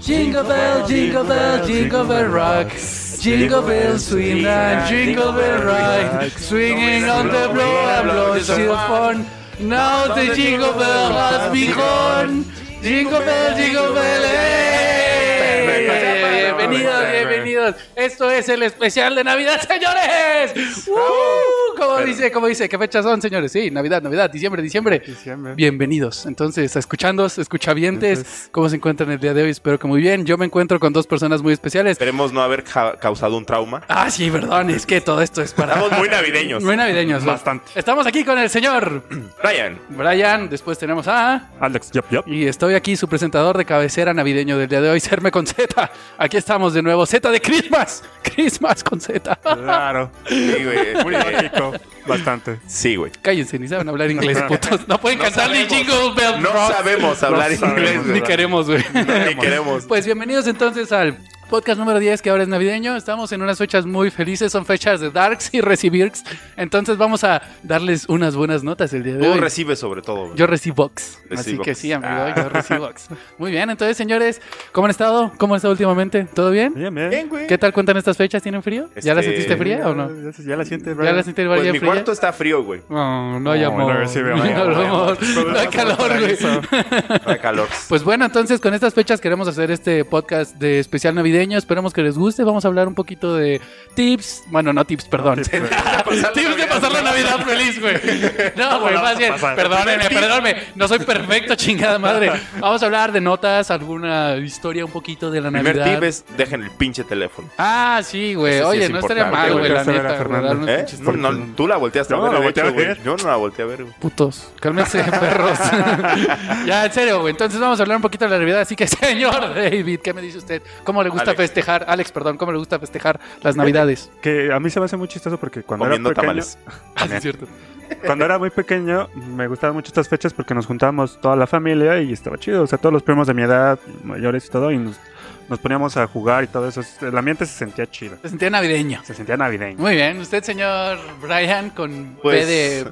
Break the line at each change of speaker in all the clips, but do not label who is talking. Jingle bell, jingle bell, jingle bell rock. Jingle bell swing and jingle bell ride. Swinging on the blow and blow is the fun. Now the jingle bell has begun. Jingle bell, jingle bell, hey. Bienvenidos, bienvenidos. Esto es el especial de Navidad, señores. ¡Uh! Como dice, como dice, ¿qué fechas son, señores? Sí, Navidad, Navidad, diciembre, diciembre.
Diciembre.
Bienvenidos. Entonces, escuchandos, escuchavientes, ¿cómo se encuentran el día de hoy? Espero que muy bien. Yo me encuentro con dos personas muy especiales.
Esperemos no haber ca- causado un trauma.
Ah, sí, perdón, es que todo esto es para...
Estamos muy navideños.
Muy navideños. ¿no?
Bastante.
Estamos aquí con el señor
Brian,
Brian, después tenemos a...
Alex, yep, yep.
Y estoy aquí, su presentador de cabecera navideño del día de hoy, Serme con Z. Aquí estamos de nuevo, Z de Christmas. Christmas con Z.
Claro.
sí, güey.
Muy lógico. Bastante.
Sí, güey.
Cállense, ni saben hablar inglés, putos. No pueden
No
cantar ni
sabemos.
jingle bell
No
rock.
sabemos hablar
No sabemos,
inglés,
Ni
güey.
queremos, güey.
Ni queremos.
Pues bienvenidos entonces al podcast número 10 que ahora es navideño. Estamos en unas fechas muy felices, son fechas de Darks y Recibirks. Entonces vamos a darles unas buenas notas el día de
Tú
hoy.
recibes sobre todo, güey.
yo recibo Vox. Así
Recibox.
que sí, amigo,
Ah.
yo recibo Vox. Muy bien, entonces señores, ¿cómo han estado? ¿Cómo han estado últimamente? ¿Todo bien?
Bien, bien.
Bien, güey.
¿Qué tal cuentan estas fechas? ¿Tienen frío? ¿Ya la
Este,
sentiste fría o no?
Ya, ya la siente,
¿Ya la sentiste
Pues mi
fría?
cuarto está frío, güey.
No, no hay
No,
amor.
no, sí, veo
No hay
amor.
amor. No hay calor, güey.
Hay calor.
Pues bueno, entonces con estas fechas queremos hacer este podcast de especial navideño. Esperemos que les guste. Vamos a hablar un poquito de tips. Bueno, no tips, perdón.
No, tips,
tips
güey.
de pasar la Navidad feliz, güey. No, güey,
la vas
más
a
bien.
pasar?
Perdónenme, perdónenme. No soy perfecto, chingada madre. Vamos a hablar de notas, alguna historia un poquito de la
El primer
Navidad.
tip es dejen el pinche teléfono.
Ah, sí, güey.
Eso sí
Oye,
es
no estaría
importante,
mal, güey,
güey.
la
Volteaste a ver a
neta. güey,
Fernando.
dar unos
¿Eh?
pinches
No, no, tú la volteaste a
Yo no
ver,
la
de
volteé a
hecho, güey.
ver.
Yo no la volteé a ver, güey.
Putos, cálmense, perros. ya, en serio, güey. Entonces vamos a hablar un poquito de la Navidad. Así que, señor David, ¿qué me dice usted? ¿Cómo le gusta
Alex.
festejar? Alex, perdón, ¿cómo le gusta festejar las Navidades?
Que a mí se me hace muy chistoso porque cuando era,
Comiendo
pequeño,
tamales.
Ah, sí, es cierto.
cuando era muy pequeño me gustaban mucho estas fechas porque nos juntábamos toda la familia y estaba chido. O sea, todos los primos de mi edad, mayores y todo, y nos, nos poníamos a jugar y todo eso. El ambiente se sentía chido.
Se sentía navideño.
Se sentía navideño.
Muy bien. Usted, señor Brian, con B
Pues-
de,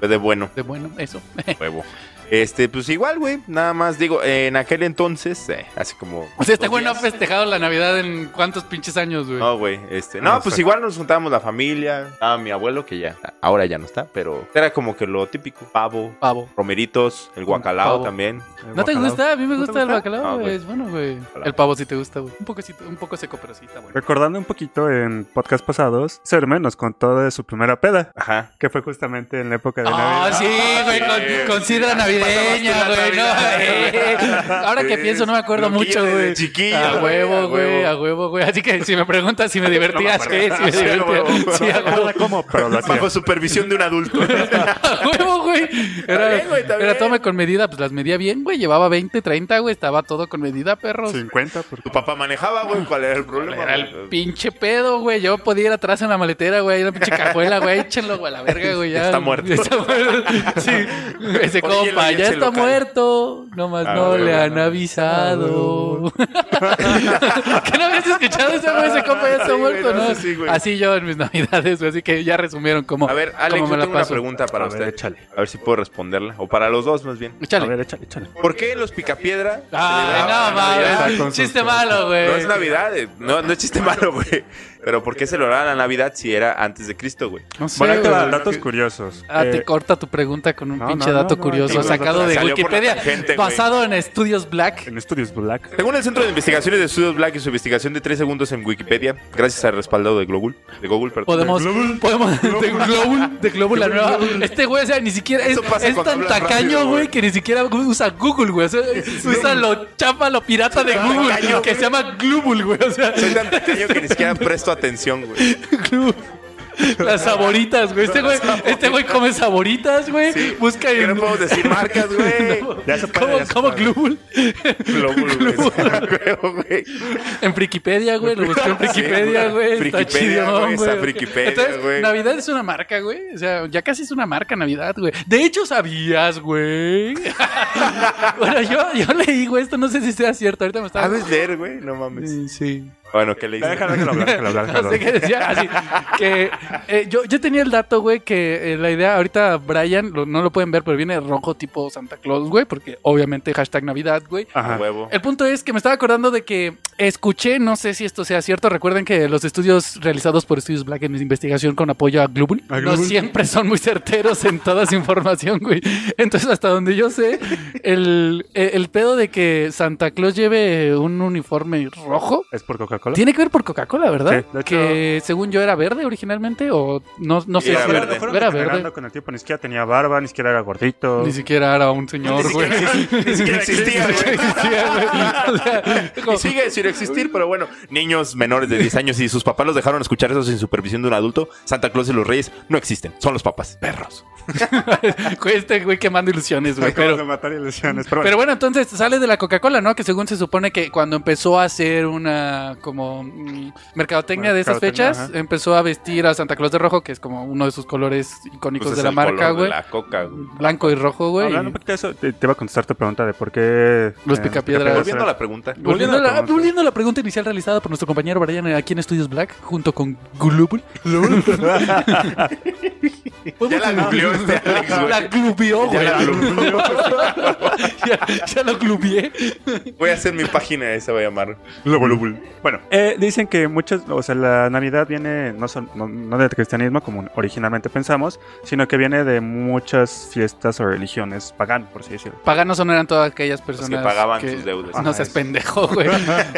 Fue De bueno.
de bueno, eso.
Huevo. Este, pues igual, güey. Nada más digo, en aquel entonces, eh, así como.
O sea, este
dos
güey no ha
días.
festejado la Navidad en cuántos pinches años, güey.
No, güey, este, no,
No
pues
sé.
igual nos juntábamos la familia, a mi abuelo que ya, ahora ya no está, pero era como que lo típico, pavo,
Pavo.
romeritos, el guacalao
Pavo.
también.
¿No te gusta? A mí me
¿No te
gusta el
gusta?
bacalao,
Ah,
güey.
güey.
es bueno, güey.
Bacalao.
El pavo sí te gusta, güey. Un poco, un poco seco, pero sí está bueno.
Recordando un poquito en podcast pasados, Serme nos contó de su primera peda,
Ajá.
que fue justamente en la época de
Ah,
Navidad.
sí, güey, con, con sidra navideña,
Pasaste
güey.
la Navidad.
no, eh. Ahora que
Sí,
pienso, no me acuerdo
loquillo
mucho,
de
güey.
chiquillo,
A
güey,
huevo,
a
güey,
huevo.
a huevo, güey. Así que si me preguntas si me divertía, sí, si me
Sí, a
divertía.
huevo.
Sí, a huevo.
No como, pero lo hacía.
Bajo supervisión de un adulto.
A huevo, güey. Era,
bien, güey, está
era
bien.
tome con medida, pues las medía bien, güey. Llevaba 20, 30, güey. Estaba todo con medida, perros.
50 por
Tu papá manejaba, güey, ¿cuál era el problema?
Era el pinche pedo, güey. Yo podía ir atrás en la maletera, güey. Ahí en la pinche cajuela, güey. Échenlo, güey, a la verga, güey. ya.
Está muerto.
Está muerto. Sí. Ese
Oye,
compa,
la
ya
leche
está
local.
muerto. Nomás
Ah,
no
güey,
le
güey,
han
no.
avisado.
Ah,
¿Qué no habías escuchado ese güey? Ese compa ya está
Sí, güey,
muerto,
no,
¿no?
sí, sí, güey.
Así yo en mis navidades, güey. Así que ya resumieron cómo,
A ver, Alex,
cómo
yo
me la
tengo una
paso.
pregunta para
A ver,
usted.
échale.
A ver si puedo responderla. O para los dos, más bien.
A
Échale.
ver, échale, échale.
¿Por qué los picapiedra?
Ay, no
celebraban la Navidad?
mames.
con sus
Chiste
cosas.
malo, güey.
No es Navidad, eh, no, no es chiste malo, güey. Pero ¿por qué celebraban la Navidad si era antes de Cristo, güey?
No sé,
bueno, ahí te
güey.
van datos curiosos.
Ah,
Eh,
te corta tu pregunta con un
no,
pinche
no, no,
dato
no,
curioso
no, no,
sacado
no,
de
salió por la
Wikipedia
tangente, güey.
basado en estudios Black.
en Estudios Black.
Según el Centro de Investigaciones de Estudios Black y su investigación de 3 segundos en Wikipedia, gracias al respaldo de Google, de Google, perdón.
Podemos, podemos, de Globul, de Globul la nueva. Este güey, o sea, ni siquiera es,
Eso pasa
es
cuando
tan
hablas rápido,
tacaño,
güey.
güey, que ni siquiera usa Google, güey. O sea, usa lo chapa, lo pirata de Google,
Ah, tacaño,
que se llama Globul, güey. O sea,
Soy tan pequeño que ni siquiera presto atención, güey.
Globul. Las saboritas, güey. Este güey, este güey come saboritas, güey. Busca
Que
en...
no podemos decir marcas, güey.
Ya se
¿Cómo,
para, ya se
cómo
para.
Globul?
Globul, güey. Huevo, güey.
En Frikipedia, güey. Lo busqué en Frikipedia,
Sí,
güey. Está
Frikipedia,
chido,
güey,
güey.
está Frikipedia,
Entonces,
güey.
Navidad es una marca, güey. O sea, ya casi es una marca Navidad, güey. De hecho, sabías, güey. bueno, yo, yo leí, güey. Esto no sé si sea cierto. Ahorita me estaba.
¿Sabes leer, güey? No mames.
Sí, sí.
Bueno, ¿qué le
Ya,
hice?
Déjalo, déjalo hablar, déjalo hablar.
No
déjalo
sé qué
hablar.
decía. Así que eh, yo, yo tenía el dato, güey, que eh, la idea ahorita Brian, lo- no lo pueden ver, pero viene rojo tipo Santa Claus, güey, porque obviamente hashtag Navidad, güey.
Ajá.
Huevo.
El punto es que me estaba acordando de que escuché, no sé si esto sea cierto, recuerden que los estudios realizados por Estudios Black en mi investigación con apoyo a Globul,
A
no
Globul.
siempre son muy certeros en toda su información, güey. Entonces, hasta donde yo sé, el, el pedo de que Santa Claus lleve un uniforme rojo
¿Es por Coca-Cola?
tiene que ver por Coca-Cola, ¿verdad?
Sí, de hecho-
que según yo era verde originalmente o no, no sé.
Era
si-
verde.
Fueron
Era
degenerando
verde.
con el tiempo, ni siquiera tenía barba, ni siquiera era gordito.
Ni siquiera era un señor, güey.
Ni siquiera existía,
Ni siquiera
güey.
existía, güey. O sea, como-
Y sigue sin existir, pero bueno, niños menores de 10 años y sus papás los dejaron escuchar eso sin supervisión de un adulto, Santa Claus y los Reyes no existen, son los papás, perros.
Güey, este güey quemando ilusiones, güey.
Acabas
Pero,
de matar ilusiones. Pero,
pero
bueno,
bueno, entonces sale de la Coca-Cola, ¿no? Que según se supone que cuando empezó a hacer una como mm, mercadotecnia de esas
Mercadotecnia,
fechas,
ajá.
empezó a vestir a Santa Claus de rojo, que es como uno de sus colores icónicos
Pues
de
es
la
el
marca,
color de
güey.
La coca, güey.
Blanco y rojo, güey.
hablando un poquito de eso, te, te iba a contestar tu pregunta de por qué...
Los
eh,
picapiedras.
Volviendo a la pregunta.
Volviendo a, la,
pregunta.
volviendo a la pregunta inicial realizada por nuestro compañero Brian aquí en Estudios Black, junto con Glubul.
Ya la googleó este Alex, güey.
La glubió,
Ya
güey.
la-
Ya, ya lo glubié.
Voy a hacer mi página, esa voy a llamar.
Bueno, eh, dicen que muchas, o sea, la Navidad viene no, son, no, no del cristianismo como originalmente pensamos, sino que viene de muchas fiestas o religiones paganas, por así decirlo.
Paganos son eran todas aquellas personas Ah.
que pagaban sus deudas.
Pues, No
Ajá,
seas
es.
pendejo, güey.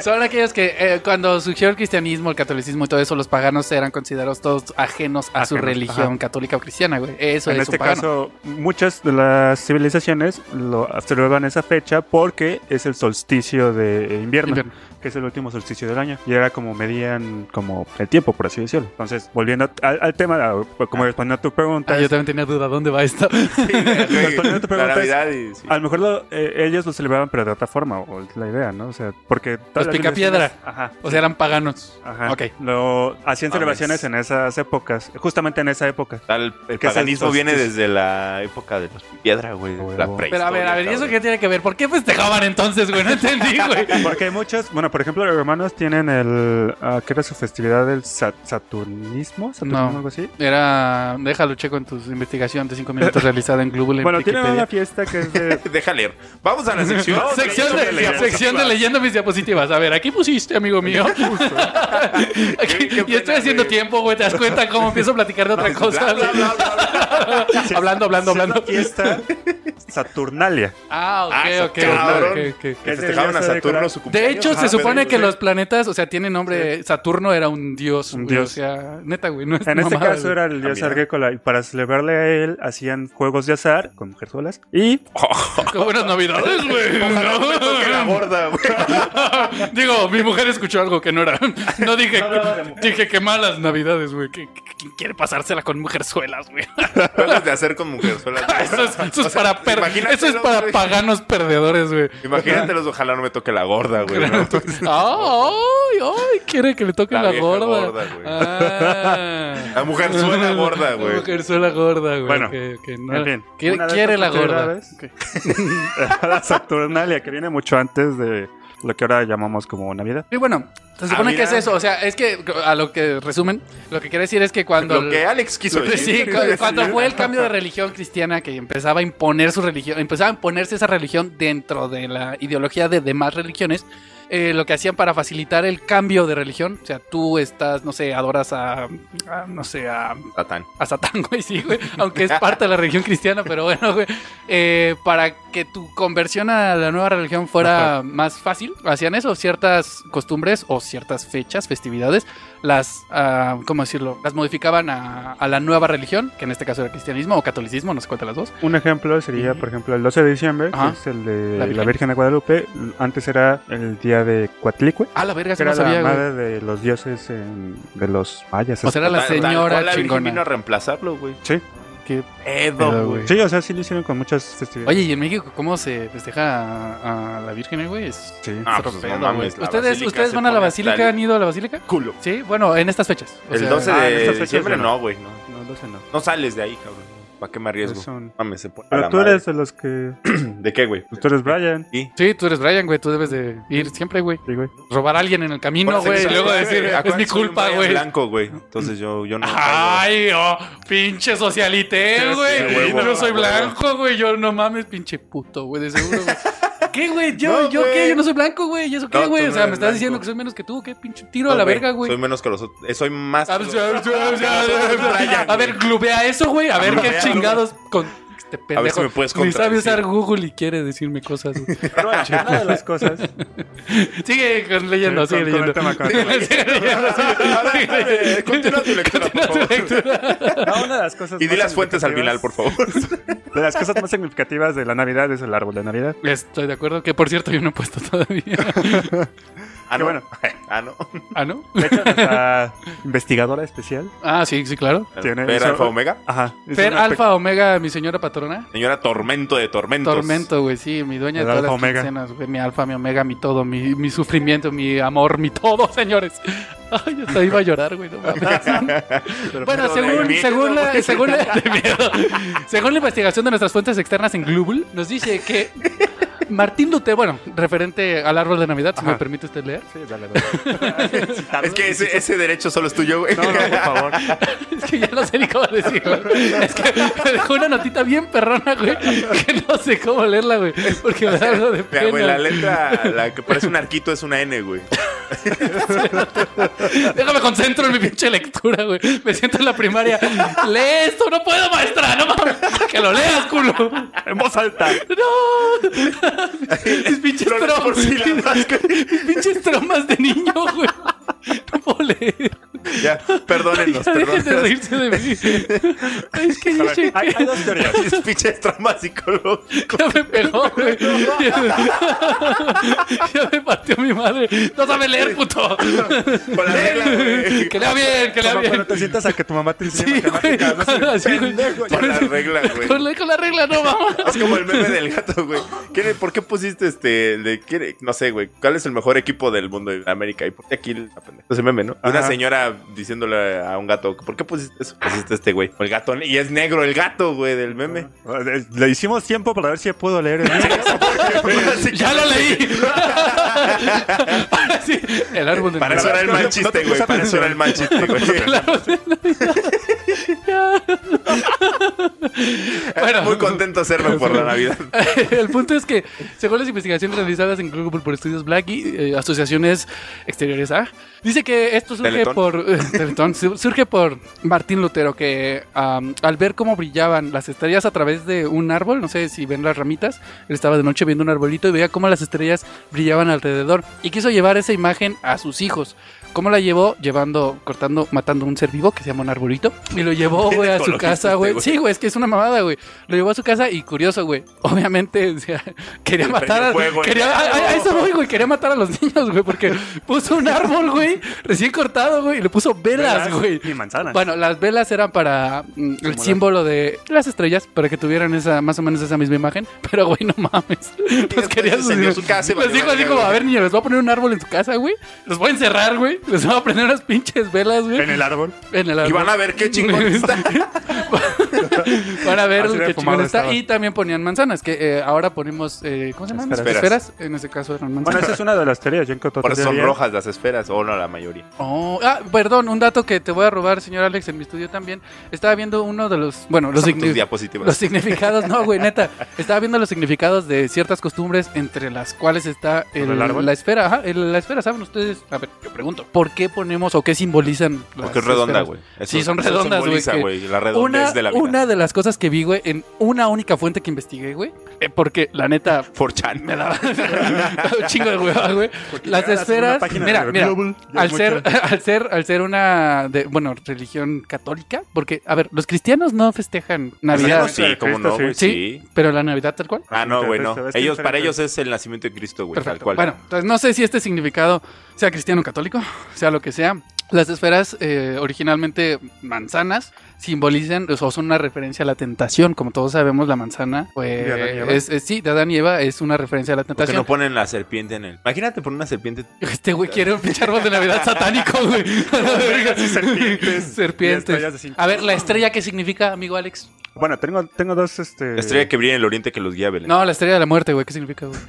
son aquellos que eh, cuando surgió el cristianismo, el catolicismo y todo eso, los paganos eran considerados todos ajenos a su
Ajenos,
religión
ajá.
católica o cristiana, güey. Eso
en
es
este
un pagano.
caso, muchas de las civilizaciones lo observan esa fecha porque es el solsticio de invierno,
Invierno.
que es el último solsticio del año. Y era como medían como el tiempo, por así decirlo. Entonces, volviendo al, al tema, a- como respondiendo a tu pregunta,
Ah, yo
es-
también tenía duda, ¿dónde va esto?
Respondiendo a tu
la
pregunta es-
Navidad y... sí.
A lo mejor lo- eh, ellos lo celebraban, pero de otra forma, o es la idea, ¿no? O sea, porque. todas las
picapiedra.
celebraciones- Ajá.
O sea, eran paganos.
Ajá.
Ok. Ah,
Lo hacían
Mames.
celebraciones en esas épocas, justamente en esa época.
Tal- el
Que es el
paganismo viene
solsticio.
desde la época de los piedra, güey.
Huevo.
La prehistoria.
Pero a ver, a ver, ¿y eso
cabrón.
qué tiene que ver? ¿Por qué festejaban entonces, güey? No entendí, güey.
Porque hay muchos, bueno, por ejemplo, los romanos tienen el. ah, ¿Qué era su festividad del sa- Saturnismo? ¿Saturnismo
No.
algo así?
Era, déjalo checo en tus investigaciones de 5 minutos realizada en Global en
Bueno, tienen
Wikipedia.
una fiesta que es de.
Deja leer. Vamos a la sección.
Sección de, sección de leyendo mis diapositivas. A ver, aquí pusiste, amigo mío. Aquí-
Qué- qué
y estoy
pena,
haciendo
güey.
tiempo, güey. ¿Te das cuenta cómo empiezo a platicar de otra cosa?
Bla, bla,
güey?
bla, bla, bla.
Hablando, hablando,
es una
hablando.
fiesta Saturnalia.
Ah, ok,
Ah,
ok,
cabrón.
ok, ok, ok.
Que
Ese día
festejaban a
se
Saturno
declara-
su cumpleaños.
De hecho,
Ajá,
se supone
pero-
que los planetas, o sea, tienen nombre. Saturno era un dios.
Un
güey,
dios.
O sea, neta, güey. No es
En este
mamada,
caso
güey.
era el dios
mira.
agrícola y para celebrarle a él hacían juegos de azar con mujerzuelas y
Qué buenas navidades, güey.
Ojalá me toque la gorda, güey.
Digo, mi mujer escuchó algo que no era. No dije, dije que malas navidades, güey. que- que- ¿Quién quiere pasársela con mujerzuelas, güey?
Juegos de hacer con mujerzuelas.
Ah, Eso es, eso es para per-
Imagínatelo,
eso es para
güey.
paganos perdedores, güey.
Imagínatelos, ojalá no me toque la gorda, güey. ¿no?
Ay, ay, quiere que le toque
La
la,
vieja
gorda.
gorda, güey.
Ah.
La mujerzuela gorda, güey.
La mujerzuela gorda, güey.
Bueno,
Ok, ok, no.
en fin,
Quiere,
una de
quiere la
estas
gorda.
festividades. la Saturnalia, que viene mucho antes de lo que ahora llamamos como Navidad.
Y bueno, se supone
Ah,
que es
mira.
eso. O sea, es que a lo que resumen, lo que quiere decir es que cuando.
Lo que Alex quiso
Sí,
decir.
cu- cuando fue el cambio de religión cristiana que empezaba a imponer su religión, empezaba a imponerse esa religión dentro de la ideología de demás religiones, eh, lo que hacían para facilitar el cambio de religión, o sea, tú estás, no sé, adoras a, a, no sé, a,
Satán.
a Satán, güey, sí, güey, aunque es parte de la religión cristiana, pero bueno, güey, eh, para que tu conversión a la nueva religión fuera más fácil, hacían eso, ciertas costumbres o ciertas fechas, festividades, las, ah, ¿cómo decirlo? Las modificaban a, a la nueva religión, que en este caso era cristianismo o catolicismo, no sé cuál de las dos.
Un ejemplo sería, por ejemplo, el 12 de diciembre, que
Ajá.
es el
La
de la
Virgen.
Virgen de Guadalupe. Antes era el día profecía de Coatlicue.
Ah, la verga,
Que
se no
era
sabía,
la
güey.
madre de los dioses en- de los mayas.
O sea, era la
Tal- tal
señora
cual la Virgen
chingona.
vino a reemplazarlo, güey.
Sí.
Qué pedo,
Edo, güey.
güey.
Sí, o sea, sí lo hicieron con muchas festividades.
Oye, ¿y en México cómo se festeja a, a la Virgen, eh, güey? Es
Sí.
Ah,
otro
pues,
pedo,
no mames,
güey.
la
¿Ustedes,
basílica
¿ustedes
se
van a la
pone
basílica?
hasta el
¿Han ido a la basílica?
Culo.
Sí, bueno, en estas fechas. O
el
sea,
12
ah, en
de
estas fechas
diciembre
ya
no,
no.
güey. No.
No, 12 no.
No sales de ahí, cabrón. ¿Para qué me arriesgo?
Es un-
Mames, se pone a
Pero
la
tú
madre.
eres de los que.
¿De qué, güey?
Pues tú eres Brian.
Sí.
Sí, tú eres Brian, güey. Tú debes de ir siempre, güey.
Sí, güey.
Robar a alguien en el camino,
Acuérdense
güey. Y
que
luego
soy-
decir, es
acuérdense
mi
que soy un
culpa,
Brian
güey.
blanco, güey. Entonces yo, yo no.
Ay, oh, pinche socialité,
Sí, sí,
güey.
huevo,
Yo soy
huevo.
blanco, güey. Yo no mames, pinche puto, güey, de seguro, güey. ¿Qué, güey? ¿Yo,
No,
yo qué?
güey.
Yo no soy blanco, güey. ¿Y eso qué,
No, tú
güey?
no
o sea,
eres
me estás
blanco.
diciendo que soy menos que tú, ¿qué? Pinche tiro
No,
a la verga, güey. Ah,
Soy menos que los otros. eh, Soy más.
A
que
ver,
los-
a ver, a ver, a ver,
Nosotros, Brian,
a ver,
güey.
glubea eso, güey. A ver qué
Glubea,
chingados con este pendejo.
si me puedes
Ni sabe
contradecir.
usar Google y quiere decirme cosas. güey.
Pero bueno, una de las cosas.
sigue con- leyendo,
Sí,
sigue
con- con
leyendo.
el tema, con el tema.
Sigue leyendo,
A ver,
sigue
a ver, eh,
leyendo.
Continúa tu lectura, por
Continúa tu
favor.
lectura.
No, una de las cosas.
Y di
más
las fuentes al final,
significativas-
por favor.
De las cosas más significativas de la Navidad es el árbol de Navidad.
Estoy de acuerdo que, por cierto, yo no he puesto todavía.
Ah,
Qué
no.
bueno.
Ah, no.
¿Ah, no?
De hecho, nuestra investigadora especial
Ah, sí, sí, claro.
Tiene-
Fer
hizo-
Alfa Omega.
Ajá. hizo
Fer
una pe-
Alfa Omega, mi señora patrona.
Señora Tormento de Tormentos.
Tormento, güey, sí, mi dueña de
El
todas
Alfa
las
Omega.
quincenas, güey, mi alfa, mi omega, mi todo, mi, mi sufrimiento, mi amor, mi todo, señores. Ay, hasta iba a llorar, güey, no mames.
pero-
Bueno,
Pero de
según,
miedo,
según, la,
güey.
según, la, de miedo. según la investigación de nuestras fuentes externas en Global, nos dice que Martín Lutero, bueno, referente al árbol de Navidad, si
Ajá.
me permite usted leer.
Sí, dale, dale.
Es que ese, ese derecho solo es tuyo, güey.
No, no, por favor.
Es que ya no sé ni cómo decirlo. Es que me dejó una notita bien perrona, güey, que no sé cómo leerla, güey, porque me da algo de
Mira, güey,
pena.
la letra, la que parece un arquito es una N, güey.
Déjame concentro en mi pinche lectura, güey. Me siento en la primaria. Lee esto, no puedo, maestra, no mames. Que lo leas, culo.
En voz alta.
No. Mis pinches
Lo lees por sílabas,
tromas.
güey.
Mis pinches tromas de niño, güey. No puedo leer.
Ya, perdónenos,
Ya dejen de
perdónenos.
reírse de mí. Ay, es que yo
A ver, hay, hay dos teorías.
Es pinche trama psicológica.
Ya me pegó, güey. Ya me partió mi madre. No sabe leer, puto.
Con la regla, güey.
Que lea bien, que lea
Como
bien.
cuando te sientas a que tu mamá te
Sí,
enseñe
güey.
matemáticas. ¿no?
Así, güey.
Pendejo.
Con la regla, güey.
Con la, con la regla, no, mamá.
Es como el meme del gato, güey. ¿Quién- ¿Por qué pusiste este? el de- quién- no sé, güey. ¿Cuál es el mejor equipo del mundo de América? ¿Y por qué aquí la pendeja? Ese meme, ¿no? Una
Ajá.
señora diciéndole a un gato, ¿por qué pusiste eso? Pusiste este, güey. El gato, y es negro el gato, güey, del meme.
Le hicimos tiempo para ver si pudo leer el libro.
Así que-
Ya lo leí. Ahora sí, el árbol de
Para eso era el mal chiste, güey. Para eso era el mal chiste, güey.
Bueno.
Muy contento de hacerme por la Navidad.
el punto es que, según las investigaciones realizadas en Google por estudios Black y eh, asociaciones exteriores A, dice que esto surge
Teletón.
por eh, Teletón, sur- surge por Martín Lutero, que am, al ver cómo brillaban las estrellas a través de un árbol, no sé si ven las ramitas, él estaba de noche viendo un arbolito y veía cómo las estrellas brillaban alrededor y quiso llevar esa imagen a sus hijos. ¿Cómo la llevó? Llevando, cortando, matando un ser vivo que se llama un arbolito. Y lo llevó, güey, a su
Ecologista
casa,
este,
güey.
güey.
Sí, güey, es que es una mamada, güey. Lo llevó a su casa y curioso, güey. Obviamente, o sea, quería
Le
matar a.
prendió fuego,
quería,
¿eh?
a, a- a eso voy, güey. Quería matar a los niños, güey, porque puso un árbol, güey, recién cortado, güey, y le puso velas, güey.
Y manzanas.
Bueno, las velas eran para mm, el símbolo de las estrellas, para que tuvieran esa más o menos esa misma imagen. Pero, güey, no mames. Los
después
quería
encendió pues, su casa y
Les
valió
dijo así
verga,
como, a
güey.
ver, niños, les voy a poner un árbol en su casa, güey. Los voy a encerrar, güey. Les voy a poner unas pinches velas, güey.
en el árbol.
En el
Y
árbol.
van a ver qué chingón está.
Van a ver
Así de
qué
fumado
chingón está.
estaba.
Y también ponían manzanas, que eh, ahora ponemos, eh, ¿cómo se llaman? Esferas.
Esferas.
En ese caso eran
Bueno,
manzanas.
esa es una de las teorías. Yo encontré otra
Por eso son
teoría.
rojas las esferas, o no la mayoría.
Oh, ah, perdón, un dato que te voy a robar, señor Alex, en mi estudio también. Estaba viendo uno de los, bueno, los,
Pásame tus
signi-
diapositivas.
los significados, no, güey, neta. Estaba viendo los significados de ciertas costumbres entre las cuales está el-
¿Del árbol?
la esfera. Ajá, el- la esfera, ¿saben ustedes? A ver, yo pregunto. por qué ponemos o qué simbolizan. las
Porque es redonda,
esferas.
güey.
Sí, son redondas, güey, que-
güey. La redondez
Una,
de la vida.
una de las cosas que vi, güey, en una única fuente que investigué, güey, eh, porque la neta
Forchan.
me daba un chingo de hueva, güey. Las esferas, mira, mira, al ser, al ser, al ser una de, bueno, religión católica, porque, a ver, los cristianos no festejan Navidad,
Navidad. Sí, cómo no, güey.
Sí.
Sí.
pero la Navidad tal cual.
Ah, no, güey, no.
Perfecto, es que
Ellos, para
diferente.
ellos es el nacimiento de Cristo, güey. Tal
pues, Perfecto.
cual.
Bueno, entonces no sé si este significado sea cristiano o católico, sea lo que sea. Las esferas eh, originalmente manzanas simbolizan o sea, son una referencia a la tentación. Como todos sabemos, la manzana pues,
De Adán y Eva.
es, es- sí, de Adán y Eva es una referencia a la
Porque
tentación.
no ponen la serpiente en él. Imagínate poner una serpiente.
Este güey quiere un pinche árbol de Navidad satánico, güey. A la verga.
Y serpientes. Y estrellas de
Serpientes.
cinco.
A ver, la estrella, ¿qué significa, amigo Alex?
Bueno, tengo, tengo dos. Este...
La estrella que brilla en el oriente que los guía, Belén.
No, la estrella de la muerte, güey. ¿Qué significa, güey?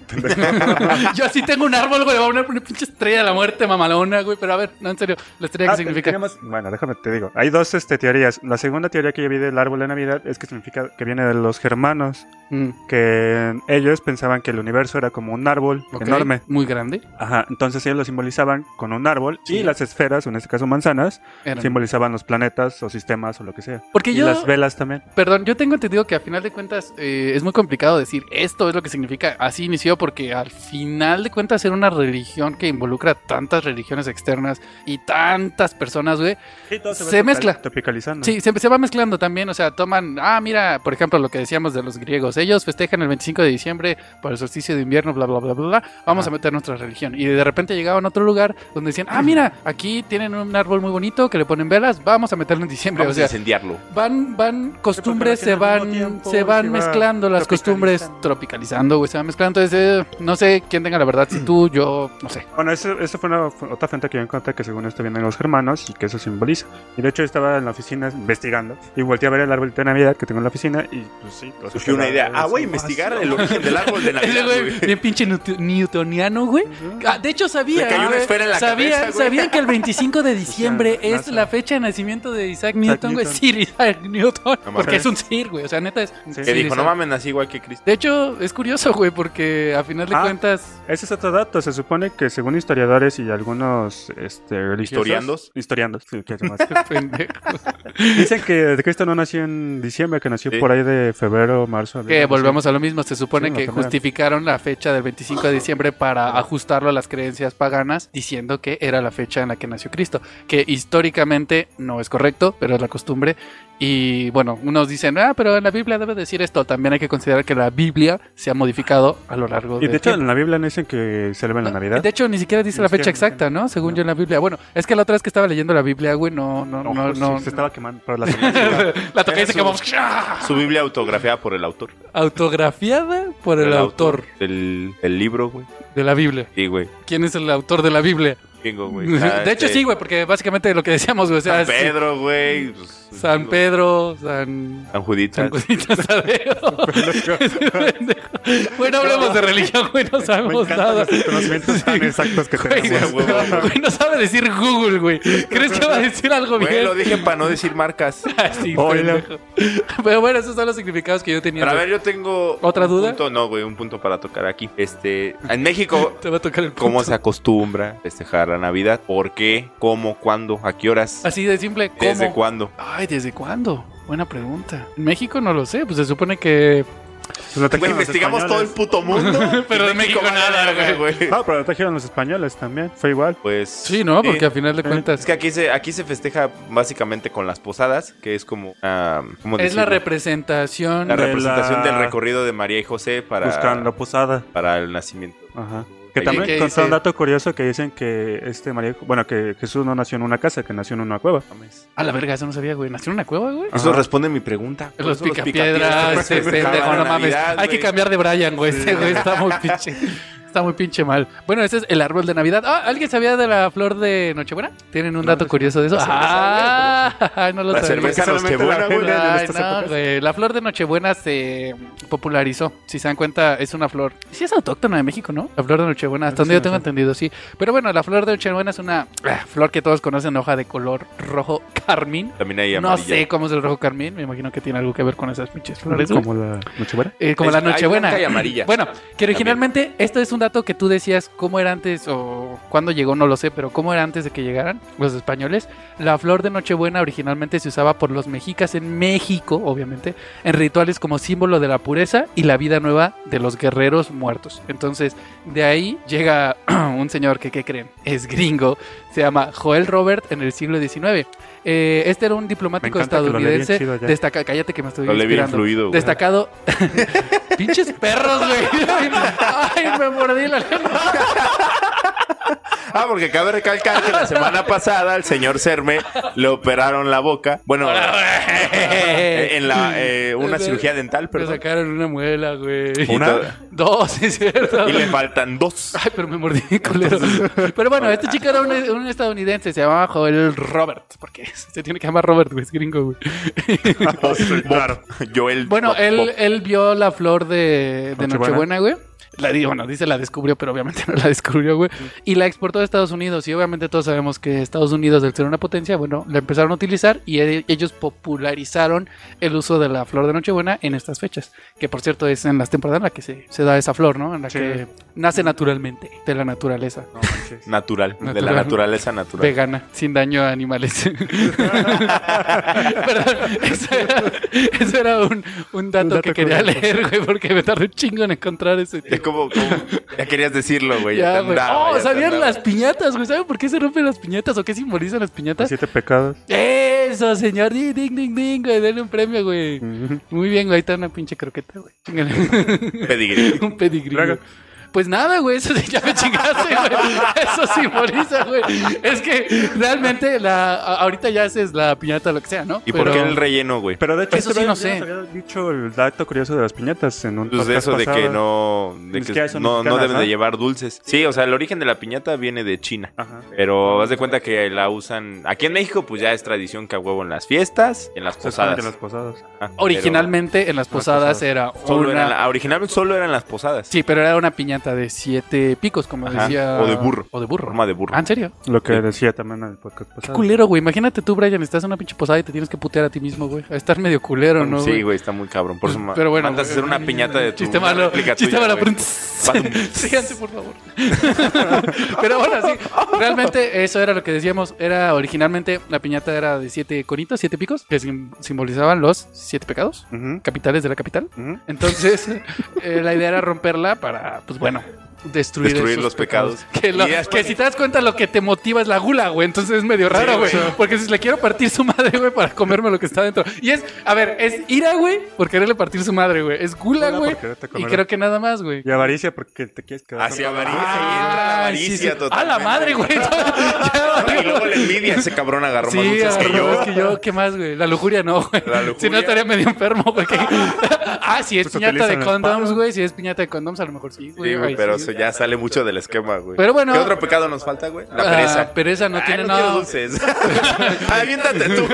Yo así tengo un árbol, güey. le Voy a poner una pinche estrella de la muerte, mamalona, güey. Pero a ver, no, en serio. ¿La estrella
Ah,
qué significa?
tenemos- bueno, déjame te digo. Hay dos este, teorías. La segunda teoría que yo vi del árbol de Navidad es que significa que viene de los germanos,
Mm.
que ellos pensaban que el universo era como un árbol
Ok,
enorme.
Muy grande.
Ajá, entonces ellos lo simbolizaban con un árbol
Sí.
y las esferas, o en este caso manzanas,
Eran.
simbolizaban los planetas o sistemas o lo que sea.
Porque
Y
yo,
las velas también.
perdón, yo tengo entendido que a final de cuentas eh, es muy complicado decir esto es lo que significa. Así inició porque al final de cuentas era una religión que involucra tantas religiones externas y tantas personas, güey. se va Se topical- mezcla.
Topicalizando.
Sí, se, se va mezclando también, o sea, toman, ah, mira, por ejemplo, lo que decíamos de los griegos, ellos festejan el 25 de diciembre por el solsticio de invierno, bla, bla, bla, bla, bla, vamos
Ajá.
a meter nuestra religión. Y de repente llegaban a otro lugar donde decían, ah, mira, aquí tienen un árbol muy bonito que le ponen velas, vamos a meterlo en diciembre,
Vamos
o sea,
a incendiarlo.
van, van, costumbres se
porque al
van,
mismo tiempo
se
se
van
va
mezclando, las costumbres
tropicalizando.
tropicalizando, güey, se van mezclando. Entonces, eh, no sé quién tenga la verdad, si tú, yo, no sé.
Bueno, eso, eso fue una, fue otra fuente que yo encontré que según esto vienen los germanos y que eso simboliza. Y de hecho yo estaba en la oficina investigando y volteé a ver el árbol de Navidad que tengo en la oficina y pues sí. los
Surgió una idea. Ah, güey, investigar el origen del árbol de
Ese
Navidad.
güey,
güey.
bien pinche newt- newtoniano, güey. Ah, de hecho, sabía.
Le cayó una
güey.
esfera en la
sabía,
cabeza, güey.
Sabían que el 25 de diciembre
O sea,
es
NASA.
la fecha de nacimiento de Isaac Newton, güey.
Newton.
Sir Isaac Newton.
No mames.
porque es un Sir, güey. O sea, neta es. un
Que
Que
Sir
dijo, no
Isaac.
mames, nací igual que Cristo.
De hecho, es curioso, güey, porque a final de
Ah.
cuentas.
Ese es otro dato. Se supone que según historiadores y algunos este, religiosos...
¿Historiandos?
Historiandos. sí, que es más.
pendejo.
Dicen que Cristo no nació en diciembre, que nació
Sí.
por ahí de febrero, marzo. abril,
Que
no sé.
volvemos a lo mismo, se supone
Sí, no,
que
también.
justificaron la fecha del 25 de diciembre para ajustarlo a las creencias paganas, diciendo que era la fecha en la que nació Cristo, que históricamente no es correcto, pero es la costumbre. Y bueno, unos dicen, ah, pero en la Biblia debe decir esto, también hay que considerar que la Biblia se ha modificado a lo largo
Y de
del
hecho
tiempo.
en la Biblia no dicen que celebran la Navidad.
De hecho, ni siquiera dice
Ni
la fecha
siquiera dicen.
exacta, ¿no? Según
No.
yo en la Biblia. Bueno, es que la otra vez que estaba leyendo la Biblia, güey, no, no, no,
Ojo,
no.
sí,
no.
se estaba quemando. Pero la
la toqué y se
Eso.
quemó.
Su Biblia autografiada por el autor.
Autografiada por el, autor
Del del libro, güey.
de la Biblia.
Sí, güey.
quién es el autor de la Biblia.
Chingo, güey. Ah,
De hecho,
este,
sí, güey, porque básicamente lo que decíamos, güey. o sea,
San
sí,
Pedro, güey. pues,
San
digo,
Pedro, San.
San Judita.
San Juditas Tadeo. Pendejo. Güey, no hablemos de religión, güey, no
Me
sabemos
encantan
nada.
los conocimientos tan exactos que
Güey,
tenemos. Pues
güey, güey, güey.
güey, no sabe decir Google, güey. ¿Crees que va a decir algo
Güey,
bien?
lo dije para no decir marcas.
Ah, sí,
Hola.
pendejo. Pero bueno, esos son los significados que yo tenía.
Pero a
güey.
ver, yo tengo.
¿Otra
un
duda?
punto- no, güey, un punto para tocar aquí. Este. En México.
Te va a tocar el punto.
¿Cómo se acostumbra festejar la Navidad? ¿Por qué? ¿Cómo? ¿Cuándo? ¿A qué horas?
Así de simple, ¿cómo?
¿Desde cuándo?
Ay, ¿desde cuándo? Buena pregunta. En México no lo sé, pues se supone que
Pues lo trajeron
Güey,
los
investigamos todo el
españoles.
puto mundo.
Pero
y
en México
vale
nada,
verga, güey.
No, pero lo trajeron los españoles también. Fue igual.
Pues.
Sí, ¿no? Porque
sí.
a final de cuentas.
Es que aquí se, aquí se festeja básicamente con las posadas, que es como. ah, ¿cómo
Es la
decirlo?
representación.
La
de
representación
la-
del recorrido de María y José para,
Buscando posada.
para el nacimiento.
Ajá. Que
Ahí
también
viene.
encontré un
Dice-
dato curioso que dicen que este María, bueno, que Jesús no nació en una casa, que nació en una cueva.
A la verga, eso no sabía, güey. Nació en una cueva, güey.
Eso
Ajá.
responde mi pregunta. Por
Los
eso
picapiedras,
se
ese pendejo,
festejaban
no
la
mames.
Navidad,
Hay que
güey.
cambiar de Brian, güey. Ese güey está muy pinche. Está muy pinche mal. Bueno, ese es el árbol de Navidad. Ah, ¿alguien sabía de la flor de Nochebuena? ¿Tienen un dato curioso de eso?
la cerveza,
Ah, no lo
La
sabía.
cerveza
Porque solamente
nos quemó,
la
Pues güey.
gente- en
Ay,
estas
no,
épocas.
güey. La flor de Nochebuena se popularizó. Si se dan cuenta, es una flor. Sí, es autóctona de México, ¿no? La flor de Nochebuena, hasta
Creo
donde
que
yo
sí,
tengo
ajá.
entendido, sí. Pero bueno, la flor de Nochebuena es una ah, flor que todos conocen, hoja de color rojo carmín.
También hay
No
amarilla.
sé cómo es el rojo carmín, me imagino que tiene algo que ver con esas pinches flores. güey.
Como la Nochebuena.
Eh, como
Es-
la
hay
Nochebuena.
blanca y amarilla.
Bueno, que originalmente esto es un dato que tú decías, cómo era antes, o cuándo llegó, no lo sé, pero cómo era antes de que llegaran los españoles, la flor de Nochebuena originalmente se usaba por los mexicas en México, obviamente, en rituales como símbolo de la pureza y la vida nueva de los guerreros muertos. Entonces, de ahí llega un señor que, ¿qué creen? Es gringo, se llama Joel Robert en el siglo XIX. Eh, este era un diplomático
encanta que lo leí bien
estadounidense.
chido ya.
Destaca, cállate que me estoy
Lo leí bien
inspirando.
fluido, güey.
Destacado. Pinches perros, güey. Ay, me mordí la lengua.
Ah, porque cabe recalcar que la semana pasada al señor Cerme le operaron la boca. Bueno, eh, en la, eh, una cirugía dental,
Me
perdón.
sacaron una muela, güey.
Y todo-
Dos, sí, es cierto.
Y le faltan dos.
Ay, pero me mordí, culero. Pero bueno, este chico era un, un estadounidense, se llamaba Joel Robert, porque se tiene que llamar Robert, güey, es gringo, güey.
Bob, claro. Joel.
Bueno,
Bob,
él,
Bob.
él vio la flor de, de
Nochebuena.
Nochebuena, güey. La di, bueno, dice la descubrió, pero obviamente no la descubrió, güey. Y la exportó a Estados Unidos. Y obviamente todos sabemos que Estados Unidos, al ser una potencia, bueno, la empezaron a utilizar y e- ellos popularizaron el uso de la flor de Nochebuena en estas fechas. Que por cierto es en las temporadas en las que se, se da esa flor, ¿no? En la
Sí.
que nace naturalmente, de la naturaleza.
No manches.
Natural, de la
Natural.
naturaleza natural.
Vegana, sin daño a animales. Perdón, eso era, eso era un, un dato,
Un dato
que quería
curioso.
leer, güey, porque me tardé un chingo en encontrar ese.
Es
tema.
como, como- ya querías decirlo, güey.
Ya,
te
güey. Oh,
andaba, ya te
¿sabían
andaba.
las piñatas, güey? ¿Saben por qué se rompen las piñatas o qué simbolizan las
Los
piñatas?
siete pecados.
Eso, señor. Ding, ding, ding, ding, güey. Denle un premio, güey.
Mm.
Ujú.
Muy bien, güey. Ahí está una pinche croqueta, güey. Chíngale.
Pedigrí.
Un pedigrí.
Luego.
güey. Pues nada, güey, eso sí, ya me chingaste, güey. Eso simboliza, güey. Es que realmente la a- ahorita ya haces la piñata lo que sea, ¿no?
¿Y por qué el relleno, güey?
Pero de hecho,
Eso
este
sí, no
ya
sé.
nos había dicho el dato curioso de las piñatas en un
Pues de
podcast
eso de
pasado.
que no, de
Ni
que
siquiera son
no, no
mexicanas,
deben de
¿no?
llevar dulces. Sí, o sea, el origen de la piñata viene de China.
Ajá.
Pero haz de cuenta que la usan aquí en México, pues ya es tradición que a huevo en las fiestas, en las
Exactamente,
posadas.
las posadas.
Ajá,
originalmente en las posadas
posadas.
era
pero Solo
una
eran la- originalmente solo eran las posadas.
Sí, pero era una piñata de siete picos, como
Ajá,
decía.
o de burro.
O de burro.
Forma de burro.
Ah, ¿en serio?
Lo que
Sí.
decía también en el podcast
Qué
pasado.
culero, güey. Imagínate tú, Brian, estás en una pinche posada y te tienes que putear a ti mismo, güey. A estar medio culero, ¿no? Pues,
sí, güey, está muy cabrón. Por eso ma-
Pero bueno.
mandas a
güey.
hacer una piñata de tu
Chiste malo.
réplica
Chiste
tuya,
malo.
güey.
pero- Síganse, por favor. pero bueno, sí. Realmente eso era lo que decíamos. Era originalmente la piñata era de siete conitos, siete picos, que sim- simbolizaban los siete pecados
Ujú,
capitales de la capital.
ujú.
Entonces, eh, la idea era romperla para, pues bueno, destruir,
Destruir
esos
los pecados.
Que, lo-
Y después-
que si te das cuenta, lo que te motiva es la gula, güey. Entonces es medio raro, güey. Porque si le quiero partir su madre, güey, para comerme lo que está dentro. Y es, a ver, es ira, güey, por quererle partir su madre, güey. Es gula,
Gula
güey.
por quererte
Y
comer.
creo que nada más, güey.
Y avaricia porque te quieres quedar.
Hacia
con-
avaricia y entra la
Ay, sí, sí.
avaricia
A la
totalmente.
madre, güey. Ya,
Y luego la envidia, ese cabrón agarró más
Sí,
dulces que
agarró
yo.
más que yo. ¿Qué más, güey? La lujuria no, güey.
La lujuria.
Si no estaría medio enfermo, güey. que- ah, si es
Pues
piñata
utilizan
de
el
condoms,
palo.
güey. Si es piñata de condoms, a lo mejor sí, güey.
Sí, güey,
Ay,
pero
sí.
eso ya sale mucho del esquema, güey.
Pero bueno-
¿Qué otro pecado nos falta, güey? La
Ah,
pereza.
pereza no
Ay,
tiene
no
nada.
quiero dulces. Aviéntate tú.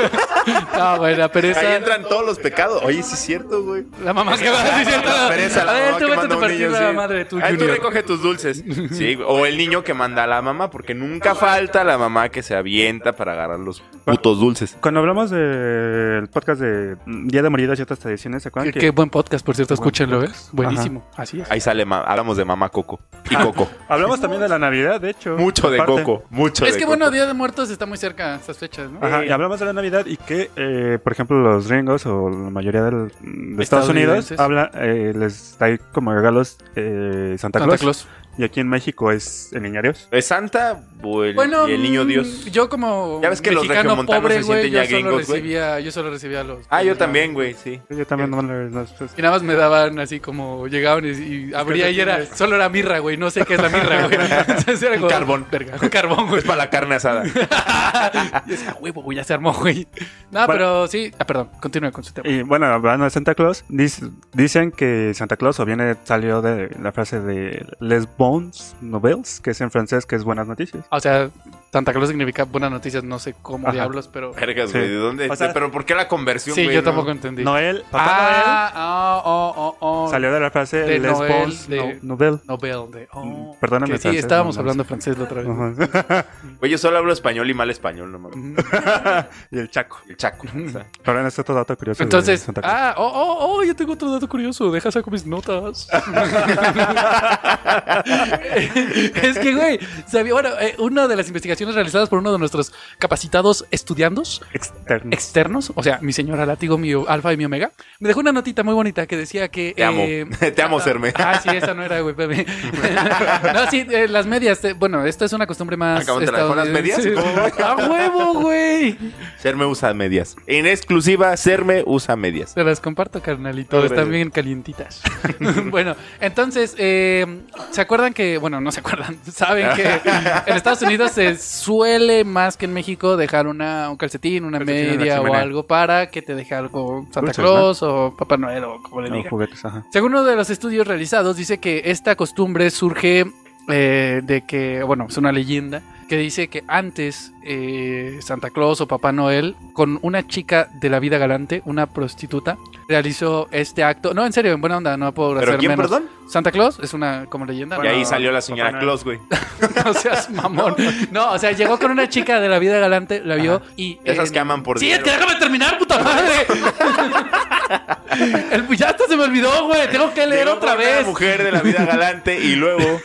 No, güey, la
Ahí
pereza.
entran todos los pecados. Oye, sí es cierto, güey.
La mamá que va a decir
La pereza, la
A ver,
mamá
tú
que
vete
manda
tu
un
partido
niño,
a la
sí.
madre de tu
Ahí tú
Junior.
recoge tus dulces. Sí, güey. o el niño que manda a la mamá, porque nunca falta la mamá que se avienta para agarrar los putos dulces.
Cuando hablamos del podcast de mm, Día de Moridas y otras tradiciones, ¿se acuerdan?
Qué,
que-
qué buen podcast, por cierto,
Buen
escúchenlo, ¿eh?
podcast.
Buenísimo, así es.
Ahí sale, ma- hablamos de mamá Coco
Ah.
y Coco.
Hablamos también de la Navidad, de hecho.
Mucho de
aparte.
Coco, mucho
Es
de
que
Coco.
bueno, Día de Muertos está muy cerca a estas fechas, ¿no?
Ajá, y hablamos de la Navidad y que, eh, por ejemplo, los gringos o la mayoría del- de Estados Unidos
Estadounidenses.
habla, eh, les da como regalos eh, Santa,
Santa
Claus,
Claus.
Y aquí en México es el Niño Dios.
¿Es Santa o el,
Bueno,
y el niño
mm,
Dios?
Yo como
Ya ves que los
mexicano
regiomontanos
pobre,
se
güey,
sienten ya
yo solo
gringos, güey.
recibía, yo solo recibía los.
Ah, yo también, güey, sí.
Yo también no le- no- pues,
Y nada más me daban así como llegaban y, y abría y era solo era mirra, güey, no sé qué es la mirra, güey. Entonces era como
carbón.
verga, un carbón, güey.
Es para la carne asada.
y es a huevo, güey, ya se armó, güey. No,
Bueno. Eh.
pero sí, ah, perdón, continúe con su tema.
Y bueno, hablando de Santa Claus, dis- dicen que Santa Claus o viene, salió de la frase de Les Bons Nouvelles, que es en francés, que es buenas noticias.
O sea, Santa Claus significa buenas noticias, no sé cómo
Ajá.
diablos, pero
Vergas,
Sí.
güey. ¿De dónde?
O sea-
pero ¿por qué la conversión,
sí,
güey,
yo
no?
tampoco entendí.
Noel, Papá
ah, oh, oh, oh, oh,
ah, salió de la frase
De
Les
Noel,
Bons
de-
no- Nouvelle.
Nobel de. Oh,
Mm, Perdóname,
que Sí,
francés,
estábamos
no, no,
hablando francés la otra vez.
Ajá.
Güey, yo solo hablo español y mal español, no mames.
y el Chaco.
El chaco. o sea.
Pero en este otro dato
Pues,
curioso. de
Entonces,
Santa Cruz.
ah, oh, oh, oh, yo tengo otro dato curioso. Deja saco mis notas. es que, güey, sabía, bueno, eh, una de las investigaciones realizadas por uno de nuestros capacitados estudiandos
Externo.
externos, o sea, mi señora Látigo, mi alfa y mi omega, me dejó una notita muy bonita que decía que...
Te amo.
eh,
Te amo, Serme.
Ah, sí, esa no era, güey, bebé. no, sí, eh, las medias. eh, bueno, esta es una costumbre más.
Ah, cabrón, ¿te la dejó las medias?
estadounidense. ¡A huevo, güey!
Serme usa medias. En exclusiva, Serme usa medias.
Se las comparto, carnalito.
Órale.
Están bien calientitas. bueno, entonces, eh, ¿se acuerdan que, bueno, no se acuerdan, saben que en Estados Unidos se suele más que en México dejar una, un calcetín, una
Calcetín en la
media o
chimenea.
algo para que te deje algo Santa
Dulces,
Claus o Papá Noel o como le
No,
digan.
juguetes, ajá.
Según uno de los estudios realizados, dice que esta costumbre surge eh, de que, bueno, es una leyenda que dice que antes eh, Santa Claus o Papá Noel, con una chica de la vida galante, una prostituta, realizó este acto. No, en serio, en buena onda, no por
¿Pero
hacer
quién,
menos.
perdón?
Santa Claus es una como leyenda.
y
Bueno,
ahí salió la
Papá
señora
Noel.
Claus, güey.
No seas mamón. No, o sea, llegó con una chica de la vida galante, la vio y.
Esas
eh,
que aman por
Sí, es
dinero.
que déjame terminar, puta madre. El puyato se me olvidó, güey. Tengo que leer
Llegó
otra
con una
vez.
mujer de la vida galante y luego...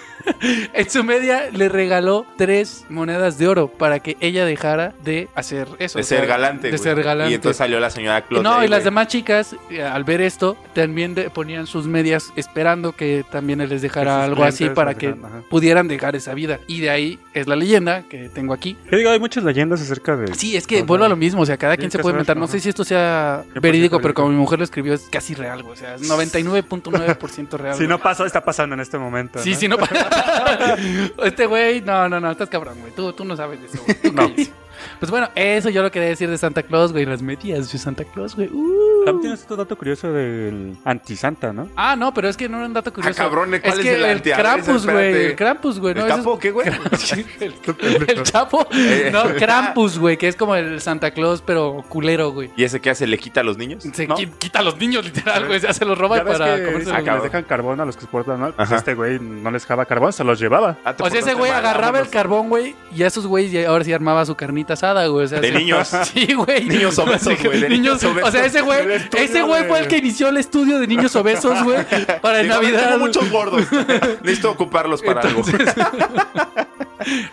En su media le regaló tres monedas de oro para que ella dejara de hacer eso.
De
o sea,
ser galante,
De
güey.
ser galante.
Y entonces salió la señora
Y
Claus.
no,
ahí,
y las
güey.
demás chicas, eh, al ver esto, también de- ponían sus medias esperando que también él les dejara
Sus
algo así
clientes
para
les
que
dejaran, ajá.
pudieran dejar esa vida. Y de ahí es la leyenda que tengo aquí.
Yo digo, hay muchas leyendas acerca de.
Sí, es que
Ajá.
vuelvo a lo mismo, o sea, cada
Sí,
quien
es
se
que
puede
sabes,
inventar. No
ajá.
sé si esto sea
ciento
verídico, pero
verídico.
como mi mujer lo escribió, es casi real, güey, o sea, es 99.9% real.
Si
güey.
no pasó, está pasando en este momento.
Sí,
¿no?
sí, no para. este güey, no, no, no, estás cabrón, güey. Tú, tú no sabes de eso. güey. Tú cállate. Pues bueno, eso yo lo quería decir de Santa Claus, güey. Las medias de Santa Claus, güey. Uh.
También tienes otro dato curioso del antisanta, ¿no?
Ah, no, pero es que no era un dato curioso.
Ah, cabrón, ¿cuál
es
es
que
el
el
anti? A ver,
Krampus, güey.
espérate.
El Krampus, güey.
¿El
no,
capo Eh. o qué, güey?
Eso es- el, el Chapo. No, Krampus, güey, que es como el Santa Claus, pero culero, güey.
¿Y ese qué hace? ¿Le quita a los niños?
Se
¿No?
qui- quita a los niños, literal, güey. Ya se los roba
Ya ves
para
que
comerse
dicen que les
Ah, cabrón.
dejan carbón a los que exportan, ¿no? Pues
Ajá.
este güey no les dejaba carbón, se los llevaba.
Ah, te
O sea, Pues ese
portaste
güey
mal,
agarraba el
vámonos.
carbón, güey, y a esos güeyes ya- ahora sí armaba su carnita asada, güey. O sea,
De
sí-
niños.
Sí, güey.
Niños obesos,
Así que-
güey, de
niños
niños obesos.
O sea, ese güey,
Del estudio
ese güey
de-
fue el que inició el estudio de niños obesos, güey, para el
Dijo, "A ver,
Navidad.
Tengo muchos gordos. Necesito ocuparlos para algo.
Entonces,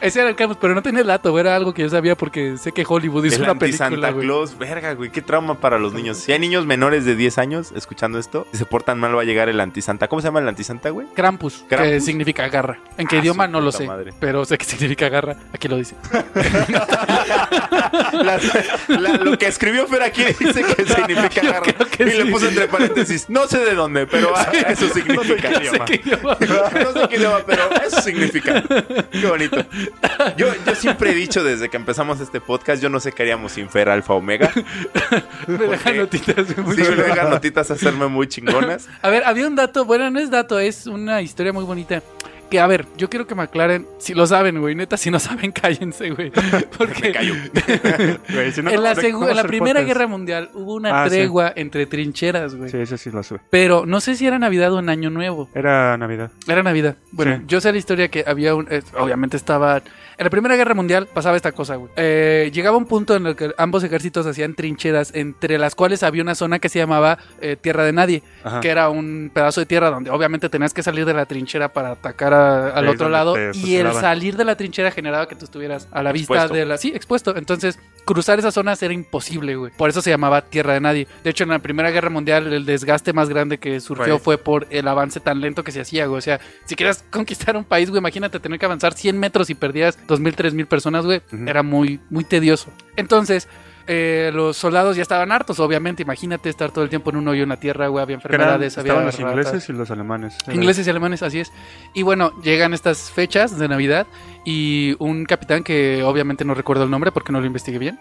ese era el campus, pero no tenía el dato, güey, era algo que yo sabía porque sé que Hollywood hizo
El
una
anti
película,
Santa
güey.
Claus, verga, güey, qué trauma para los niños. Si hay niños menores de 10 años escuchando esto, si se portan mal va a llegar el anti Santa. ¿Cómo se llama el anti Santa, güey?
Krampus, que
Krampus.
significa garra. ¿En qué
Ah,
idioma?
su
No lo
puta
sé.
madre.
Pero sé que significa garra. Aquí lo dice.
La- la- lo que escribió Fer aquí dice que significa
Yo
garra.
creo que
y
sí.
le puso entre paréntesis, no sé de dónde, pero ah, eso significa.
No sé qué idioma.
No sé qué idioma, pero eso significa. Qué bonito. Yo, yo siempre he dicho desde que empezamos este podcast, yo no sé qué haríamos sin Fer Alfa Omega. Sí,
Me dejan notitas, güey, muy
me
chidas.
dejan notitas a hacerme muy chingonas.
A ver, había un dato, bueno, no es dato, es una historia muy bonita. Que a ver, yo quiero que me aclaren, si lo saben, güey, neta, si no saben, cállense, güey. Porque
Me cayó.
Güey, si no,
en la,
¿cómo
segu-
vas a
en la
hacer
Primera
podcast?
Guerra Mundial hubo una
Ah, sí.
tregua entre trincheras, güey.
Sí, ese sí lo sube.
Pero no sé si era Navidad o en Año Nuevo.
Era Navidad.
Era Navidad. Bueno,
Sí.
yo sé la historia que había un. eh, obviamente estaba. En la Primera Guerra Mundial pasaba esta cosa, güey. Eh, llegaba un punto en el que ambos ejércitos hacían trincheras, entre las cuales había una zona que se llamaba eh, Tierra de Nadie
Ajá.
que era un pedazo de tierra donde obviamente tenías que salir de la trinchera para atacar a- al
Ahí es
otro
donde
lado
te
y el
fusilaban.
salir de la trinchera generaba que tú estuvieras a la vista
Expuesto.
de la sí expuesto entonces cruzar esas zonas era imposible güey por eso se llamaba tierra de nadie de hecho en la primera guerra mundial el desgaste más grande que surgió
Right.
fue por el avance tan lento que se hacía güey o sea si querías conquistar un país güey imagínate tener que avanzar 100 metros y perdías 2000 3000 personas güey
Ujú.
era muy muy tedioso entonces eh, los soldados ya estaban hartos, obviamente. Imagínate estar todo el tiempo en un hoyo en la tierra, güey. Había
Que eran-
enfermedades, había
estaban los
ratas.
ingleses y los alemanes. Era-
Ingleses y alemanes, así es. Y bueno, llegan estas fechas de Navidad y un capitán que obviamente no recuerdo el nombre porque no lo investigué bien.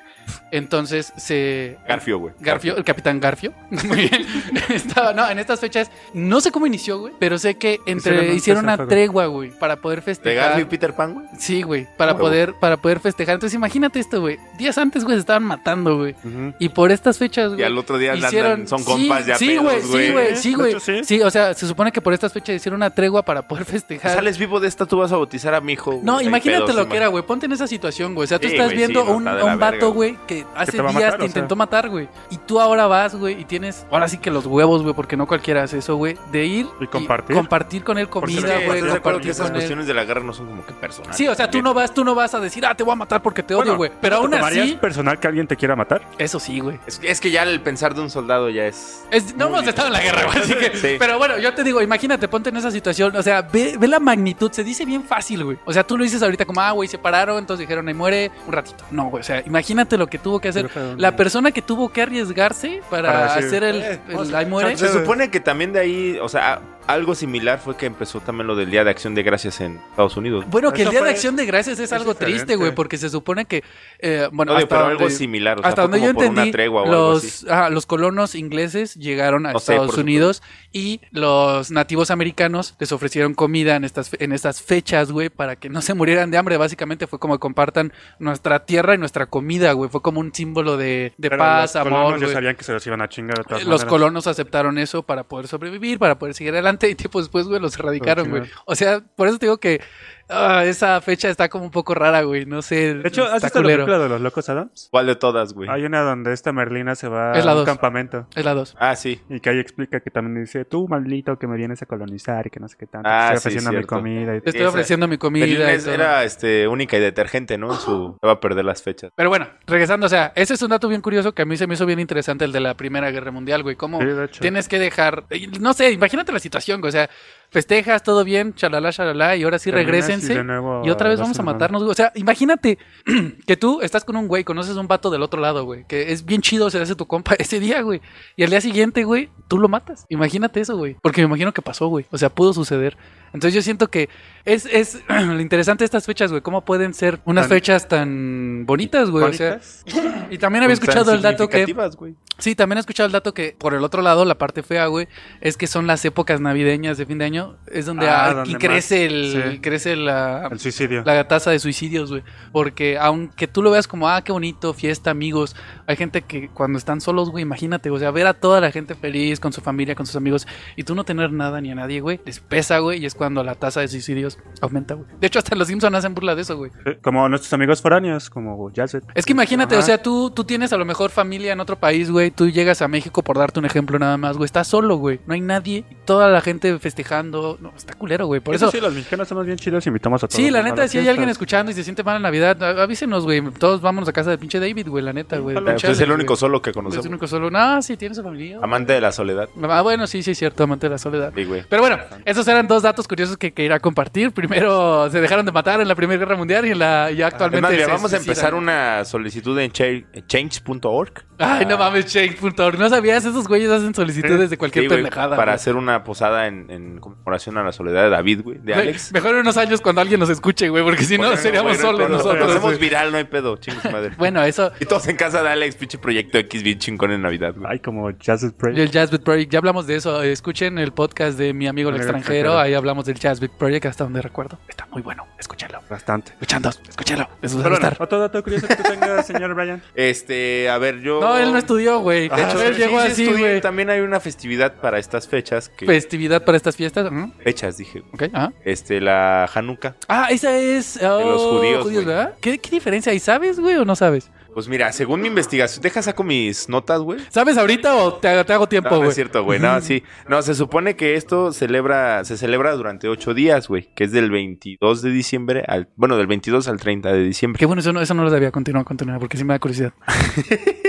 Entonces se...
Garfio, güey.
Garfio, el capitán Garfio. Muy bien. Estaba, no, en estas fechas no sé cómo inició, güey, pero sé que entre
Hicieron un
hicieron una
cazafuego.
tregua, güey, para poder
¿De
festejar.
Garfio y Peter Pan, güey?
Sí, güey, para
Huevo.
poder, para poder festejar. Entonces imagínate esto, güey. Días antes, güey, se estaban tocando, güey. Y por estas fechas, güey.
Y al otro día andan-
hicieron...
son compas
sí,
ya
Sí,
pedos,
güey, sí,
güey.
güey, sí,
De
güey.
hecho, sí.
Sí, o sea, se supone que por estas fechas hicieron una tregua para poder festejar.
Sales vivo de esta, tú vas a bautizar a mi hijo. güey.
No,
Hay
imagínate lo
pedos,
que era,
imagínate.
güey. Ponte en esa situación, güey. O sea, tú
Sí,
estás
güey, sí,
viendo
no,
a un,
está de
a un
la verga,
vato,
güey.
güey, que hace
te va a
días
matar,
te
o sea.
intentó matar, güey. Y tú ahora vas, güey, y tienes. Ahora sí que los huevos, güey, porque no cualquiera hace eso, güey. De ir.
Y compartir.
compartir con él
Porque
comida,
es que
güey.
estás de acuerdo que
Compartir
esas
con él.
cuestiones de la guerra no son como que personales.
Sí, o sea, tú no vas, tú no vas a decir, ah, te voy a matar porque te odio,
Bueno,
güey. Pero aún
¿Tomarías
así.
personal que alguien te quiera matar?
Eso sí, güey.
Es, es que ya el pensar de un soldado ya es.
Es- no
Muy
hemos estado en la guerra, güey, así que...
Sí.
Pero bueno, yo te digo, imagínate, ponte en esa situación. O sea, ve, ve la magnitud. Se dice bien fácil, güey. O sea, tú lo dices ahorita como, ah, güey, se pararon, entonces dijeron, ahí muere un ratito. No, güey, o sea, imagínate lo que tuvo que hacer.
Pero fue un-
La persona que tuvo que arriesgarse para,
Para decir,
hacer el,
eh,
el
vamos a-
ahí muere.
Se supone que también de ahí, o sea, a- algo similar fue que empezó también lo del Día de Acción de Gracias en Estados Unidos.
Bueno, que el
Eso
Día de
fue-
Acción de Gracias es
es
algo triste,
diferente.
güey, porque se supone que... eh, bueno,
No, digo,
hasta
pero algo
donde-
similar. O sea,
Hasta
fue
donde yo
como por una
entendí,
tregua o algo así.
los, ajá, los colonos ingleses llegaron a
No sé,
Estados
por
Unidos y los nativos americanos les ofrecieron comida en estas, fe- en estas fechas, güey, para que no se murieran de hambre. Básicamente fue como compartan nuestra tierra y nuestra comida, güey. Fue como un símbolo de, de
Pero
paz,
los colonos
amor,
ya
güey.
sabían que se los iban a chingar de todas
Eh, Los
maneras.
colonos aceptaron eso para poder sobrevivir, para poder seguir adelante y tiempo después, güey, los erradicaron, güey.
chingaron.
O sea, por eso te digo que ah, esa fecha está como un poco rara, güey. No sé.
De hecho, ¿has
está
visto la
culero.
película de los locos Adams?
¿Cuál de todas, güey?
Hay una donde esta Merlina se va
Es la
a un
dos.
campamento.
Es la dos.
Ah, sí.
Y que ahí explica que también dice, tú maldito que me vienes a colonizar y que no sé qué tanto.
Ah,
que
sí,
estoy ofreciendo mi
cierto.
comida. Y...
Te estoy
Esa-
ofreciendo mi comida.
Berlín
y
es-
todo.
era este, única y detergente, ¿no? En su... Se va a perder las fechas.
Pero bueno, regresando, o sea, ese es un dato bien curioso que a mí se me hizo bien interesante, el de la Primera Guerra Mundial, güey. Cómo
Sí, de hecho.
tienes que dejar, eh, no sé, imagínate la situación, güey. O sea, festejas, todo bien, chalala, chalala, y ahora sí
Terminas y
regresense.
de nuevo
Y otra vez vamos a
hacer
matarnos, güey. O sea, imagínate que tú estás con un güey, conoces a un vato del otro lado, güey, que es bien chido, se le hace tu compa ese día, güey. Y al día siguiente, güey, tú lo matas. Imagínate eso, güey. Porque me imagino que pasó, güey. O sea, pudo suceder. Entonces yo siento que es, es lo interesante de estas fechas, güey. ¿Cómo pueden ser unas
Tan-
fechas tan bonitas, güey? O sea,
¿Icónicas?
y también había escuchado el dato que...
güey.
Sí, también he escuchado el dato que, por el otro lado, la parte fea, güey, es que son las épocas navideñas de fin de año. Es donde,
Ah,
ah,
donde
y crece,
más,
el,
sí.
crece la,
El suicidio.
la tasa de suicidios, güey. Porque aunque tú lo veas como, ah, qué bonito, fiesta, amigos, hay gente que cuando están solos, güey, imagínate, o sea, ver a toda la gente feliz, con su familia, con sus amigos, y tú no tener nada ni a nadie, güey, les pesa, güey, y es cuando la tasa de suicidios aumenta, güey. De hecho, hasta los Simpsons hacen burla de eso, güey.
Eh, Como nuestros amigos foráneos, como Jazz.
Es que imagínate,
Ajá.
o sea, tú, tú tienes a lo mejor familia en otro país, güey. Tú llegas a México, por darte un ejemplo nada más, güey. Estás solo, güey. No hay nadie. y Toda la gente festejando. No, está culero, güey. Por eso.
sí, los mexicanos somos bien chidos, invitamos a todos.
Sí, la
a
neta,
las
si hay alguien
fiestas.
escuchando y se siente mal en Navidad, a- avísenos, güey. Todos vámonos a casa de pinche David, güey, la neta, güey.
Ojalá.
Usted Pues es el
Chale,
único
güey.
solo que
Es el Pues
conocemos.
único solo. No, sí, tiene su familia.
Amante de la soledad.
Ah, bueno, sí, sí, es cierto, amante de la soledad.
Sí, güey.
Pero bueno, esos eran dos datos curiosos que quería compartir. Primero, se dejaron de matar en la Primera Guerra Mundial y, en la, y
Es
actualmente.
más, mira,
se
vamos a
suicidan.
empezar una solicitud en cha- en change.org.
Ay, no mames, Shake.org. No sabías, esos güeyes hacen solicitudes de cualquier
Sí, güey,
pendejada.
Para
güey.
hacer una posada en, en conmemoración a la soledad de David, güey. De
Güey,
Alex.
Mejor en unos años cuando alguien nos escuche, güey, porque si no
Bueno,
seríamos
güey, no hay
solos
pedo, Lo
nosotros.
hacemos
güey.
viral, no hay pedo. Chingos madre.
Bueno, eso.
Y todos en casa de Alex, pinche proyecto X bien chingón en Navidad, güey.
Ay, como Jazz
y El Jazz Beat Project, ya hablamos de eso. Escuchen el podcast de mi amigo el
Amigo
extranjero.
extranjero.
Ahí hablamos del Jazz Beat Project, hasta donde recuerdo. Está muy bueno. Escúchenlo.
Bastante.
Escuchando, escúchenlo. Les va a
Pero bueno,
gustar.
otro dato curioso que tú tengas, señor Brian.
Este, a ver, yo.
No, él no estudió, güey.
De hecho,
él
Ah, sí,
llegó
sí
así,
estudié.
güey. Pues
También hay una festividad para estas fechas. Que,
Festividad para estas fiestas. ¿Mm?
fechas, dije.
Ok, ajá.
Este, la Hanukkah.
Ah, esa es. los judíos.
judíos, güey.
¿verdad? ¿Qué, ¿Qué diferencia hay? ¿Sabes, güey, o no sabes?
Pues mira, según mi investigación, deja saco mis notas, güey.
¿Sabes ahorita o te, te hago tiempo,
No, no
güey?
es cierto, güey. No, sí. No, se supone que esto celebra, se celebra durante ocho días, güey. Que es del 22 de diciembre al... Bueno, del 22 al 30 de diciembre.
Qué bueno, eso no, eso no lo sabía. Continúa, continúa, porque sí me da curiosidad.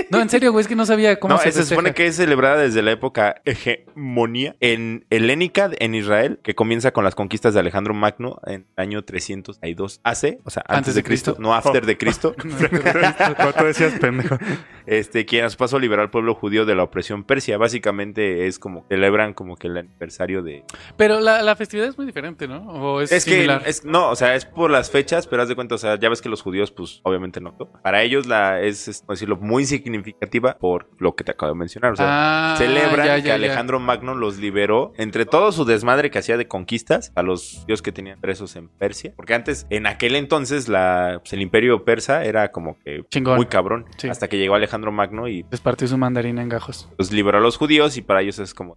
No, en serio, güey, es que no sabía cómo
No,
se
se, supone
festeja.
que es celebrada desde la época hegemonía en helénica en Israel, que comienza con las conquistas de Alejandro Magno en el año 302 AC, o sea, antes, de Cristo, no after
Oh.
de Cristo.
Pero tú decías pendejo.
este, quien a su paso liberó al pueblo judío de la opresión persia. Básicamente es como celebran como que el aniversario de.
Pero la, la festividad es muy diferente, ¿no? O es,
Es que
similar.
es- no, o sea, es por las fechas, pero haz de cuenta, o sea, ya ves que los judíos, pues, obviamente no. Para ellos la es, es por decirlo, muy significativa por lo que te acabo de mencionar. O sea,
Ah,
celebran
ya, ya,
que
ya.
Alejandro Magno los liberó entre todo su desmadre que hacía de conquistas a los dios que tenían presos en Persia. Porque antes, en aquel entonces, la, pues, el imperio persa era como que
Chingón.
muy cabrón.
Sí.
Hasta que llegó Alejandro Magno y
Les partió su mandarina en gajos.
los liberó a los judíos y para ellos es como...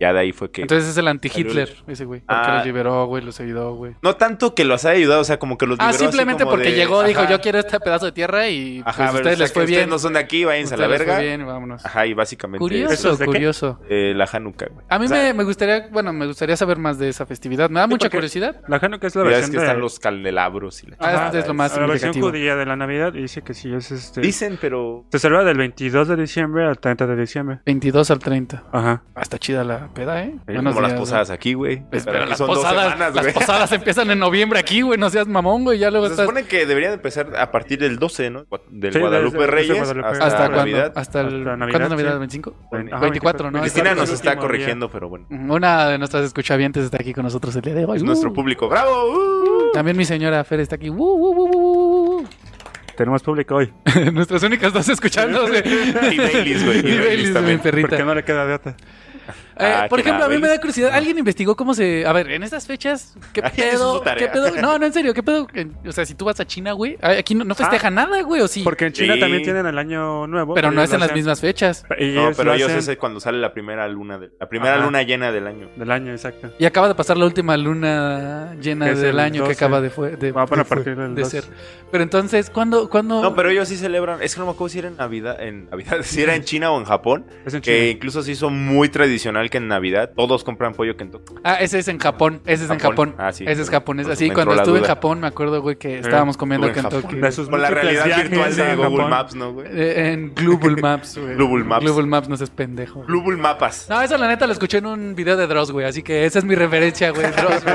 Ya de ahí fue que...
Entonces es el anti-Hitler, ese güey. Porque
Ah.
los liberó, güey, los ayudó, güey.
no tanto que los haya ayudado, o sea, como que los liberó
Ah,
así
simplemente
como
porque
de-
llegó, dijo,
Ajá.
yo quiero este pedazo de tierra y pues,
Ajá, a
a
ver,
ustedes
o sea,
les
que
fue bien.
Ustedes no son de aquí, váyanse a la
Ustedes les fue
verga.
bien, vámonos.
Ajá, y básicamente
¿Eso
Curioso,
es de qué?
curioso.
es eh, la Hanukkah, güey.
A mí
O sea,
me, me gustaría, bueno, me gustaría saber más de esa festividad. Me da mucha
porque-
curiosidad.
La Hanukkah es la
ya
versión
ves que
de-
están los candelabros y la...
Ah,
Ajá,
este es lo más
la versión
significativo.
judía de la Navidad y dice que sí es este.
Dicen, pero...
Se celebra del 22 de diciembre al 30 de diciembre.
22 al 30.
Ajá.
Hasta chida la peda, ¿eh?
eh,
Buenos
como las
días,
posadas aquí, güey.
güey. Pues, pero
aquí
las
son dos
posadas,
semanas,
las
güey.
posadas empiezan en noviembre aquí, güey. No seas mamón, güey. Ya luego
Se
estás.
supone que deberían empezar a partir del 12, ¿no? Gua- Del
Sí,
Guadalupe
desde- desde
Reyes
Guadalupe
hasta,
Reyes.
¿Hasta cuándo?
Navidad.
Hasta el.
Hasta
¿Cuándo
Navidad,
es Navidad?
sí.
¿25?
Ajá,
24, Ah, ¿no?
Cristina
Exacto.
nos está
Último día.
corrigiendo, pero bueno.
Mm, Una de nuestras escuchavientes está aquí con nosotros el día de hoy.
Es
Uh. Ah,
nuestro público. ¡Bravo! ¡Uh!
También mi señora Fer está aquí. Uh, uh, uh, uh, uh,
Tenemos público hoy.
uh. Nuestras únicas dos escuchándose.
Y Baileys, güey. Y
Y
Baileys
Baileys, mi
también.
¿Por
perrita.
qué no le queda de otra?
Eh,
Ah,
por
que
ejemplo,
nada,
a mí me
Baileys.
da curiosidad. ¿Alguien investigó cómo se.? A ver, en estas fechas, ¿qué
Ay, esa es su
pedo? ¿Qué
tarea.
pedo? No, no, en serio, ¿qué pedo? En- O sea, si tú vas a China, güey, a- aquí no, no
Ah.
festejan nada, güey, o sí.
Porque en China
Sí.
también tienen el año nuevo.
pero no
ellos
es en
lo
las
hacen-
mismas fechas.
y
No,
ellos
pero
lo
ellos
hacen
es el- cuando sale la primera luna, de- la primera
Ajá.
luna llena del año.
del año, exacto.
Y acaba de pasar la última luna llena
Que es
del
el
año que
12.
acaba de, fue- de,
Va para
de fue-
partir del
de
12.
ser. Pero entonces, ¿cuándo? cuándo...
No, pero ellos sí celebran. Es que no me acuerdo si era en Navidad, en Navidad, si era en China o en Japón,
Es en China.
que incluso se hizo muy tradicional que en Navidad todos compran pollo Kentucky.
Ah, ese es en Japón. Ese es en
Japón.
Japón.
Ah, sí.
Ese es japonés.
Por eso
Así,
me
cuando
entró la
estuve en
duda. Eh,
Japón, me acuerdo, güey, que estábamos comiendo
estuve en
Kentucky.
Japón.
De sus
Con la
múltiples
realidad
viajes
virtual de
a
Google
Japón.
Maps, ¿no, güey?
Eh, en Global Maps, güey.
Global Maps.
Global Maps no seas pendejo. güey.
Global Mapas.
No, eso la neta lo escuché en un video de Dross, güey. Así que esa es mi referencia, güey. Dross, güey.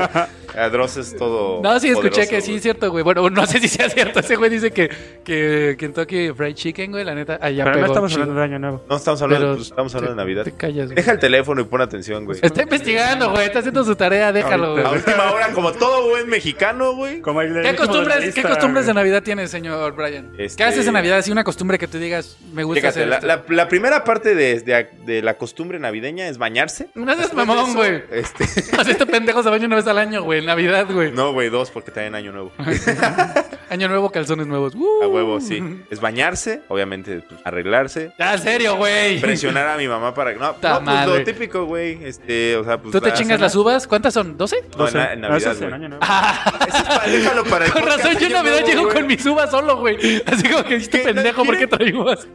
Ah, Dross es todo.
No, sí, escuché
poderoso,
que sí
güey.
es cierto, güey. Bueno, no sé si sea cierto. Ese güey dice que, que Kentucky Fried Chicken, güey, la neta, allá
Pero no
pegó
estamos
chido.
hablando de año nuevo.
No estamos hablando,
Pero
pues, estamos hablando de Navidad.
Te callas, güey.
Deja el teléfono y pon atención, güey.
Está investigando, güey. Está haciendo su tarea, déjalo,
Ahorita.
güey.
A última hora, como todo buen mexicano, güey.
Como el-
¿Qué
el-
costumbres,
lista,
¿Qué costumbres de
güey.
Navidad tienes, señor Brian?
Este-
¿Qué haces en Navidad? Si una costumbre que tú digas, me gusta
Fíjate,
hacer
la,
esto.
la- la primera parte de, de- de la costumbre navideña es bañarse.
No seas
Después
mamón,
de
güey.
eso, Este,
O sea, este pendejo se baña una vez al año, güey. En Navidad, güey.
no, güey, dos, porque también año nuevo.
Año nuevo, calzones nuevos. ¡Uh!
A huevo, sí. Es bañarse, obviamente, pues, arreglarse.
Ya, en serio, güey.
Presionar a mi mamá para que. No,
Ta
no, pues
madre.
lo típico, güey. Este, o sea, pues.
¿Tú te
la
chingas
cena-
las uvas? ¿Cuántas son? ¿12?
No, en,
Eso-
la- en
eso
Navidad,
es en
güey.
año nuevo.
Eso es para- déjalo para el
Con
podcast,
razón, yo en
año
Navidad
nuevo,
llego
güey.
con mis uvas solo, güey. Así como que este
¿Qué? ¿No
pendejo, ¿por qué
quiere?
trae uvas?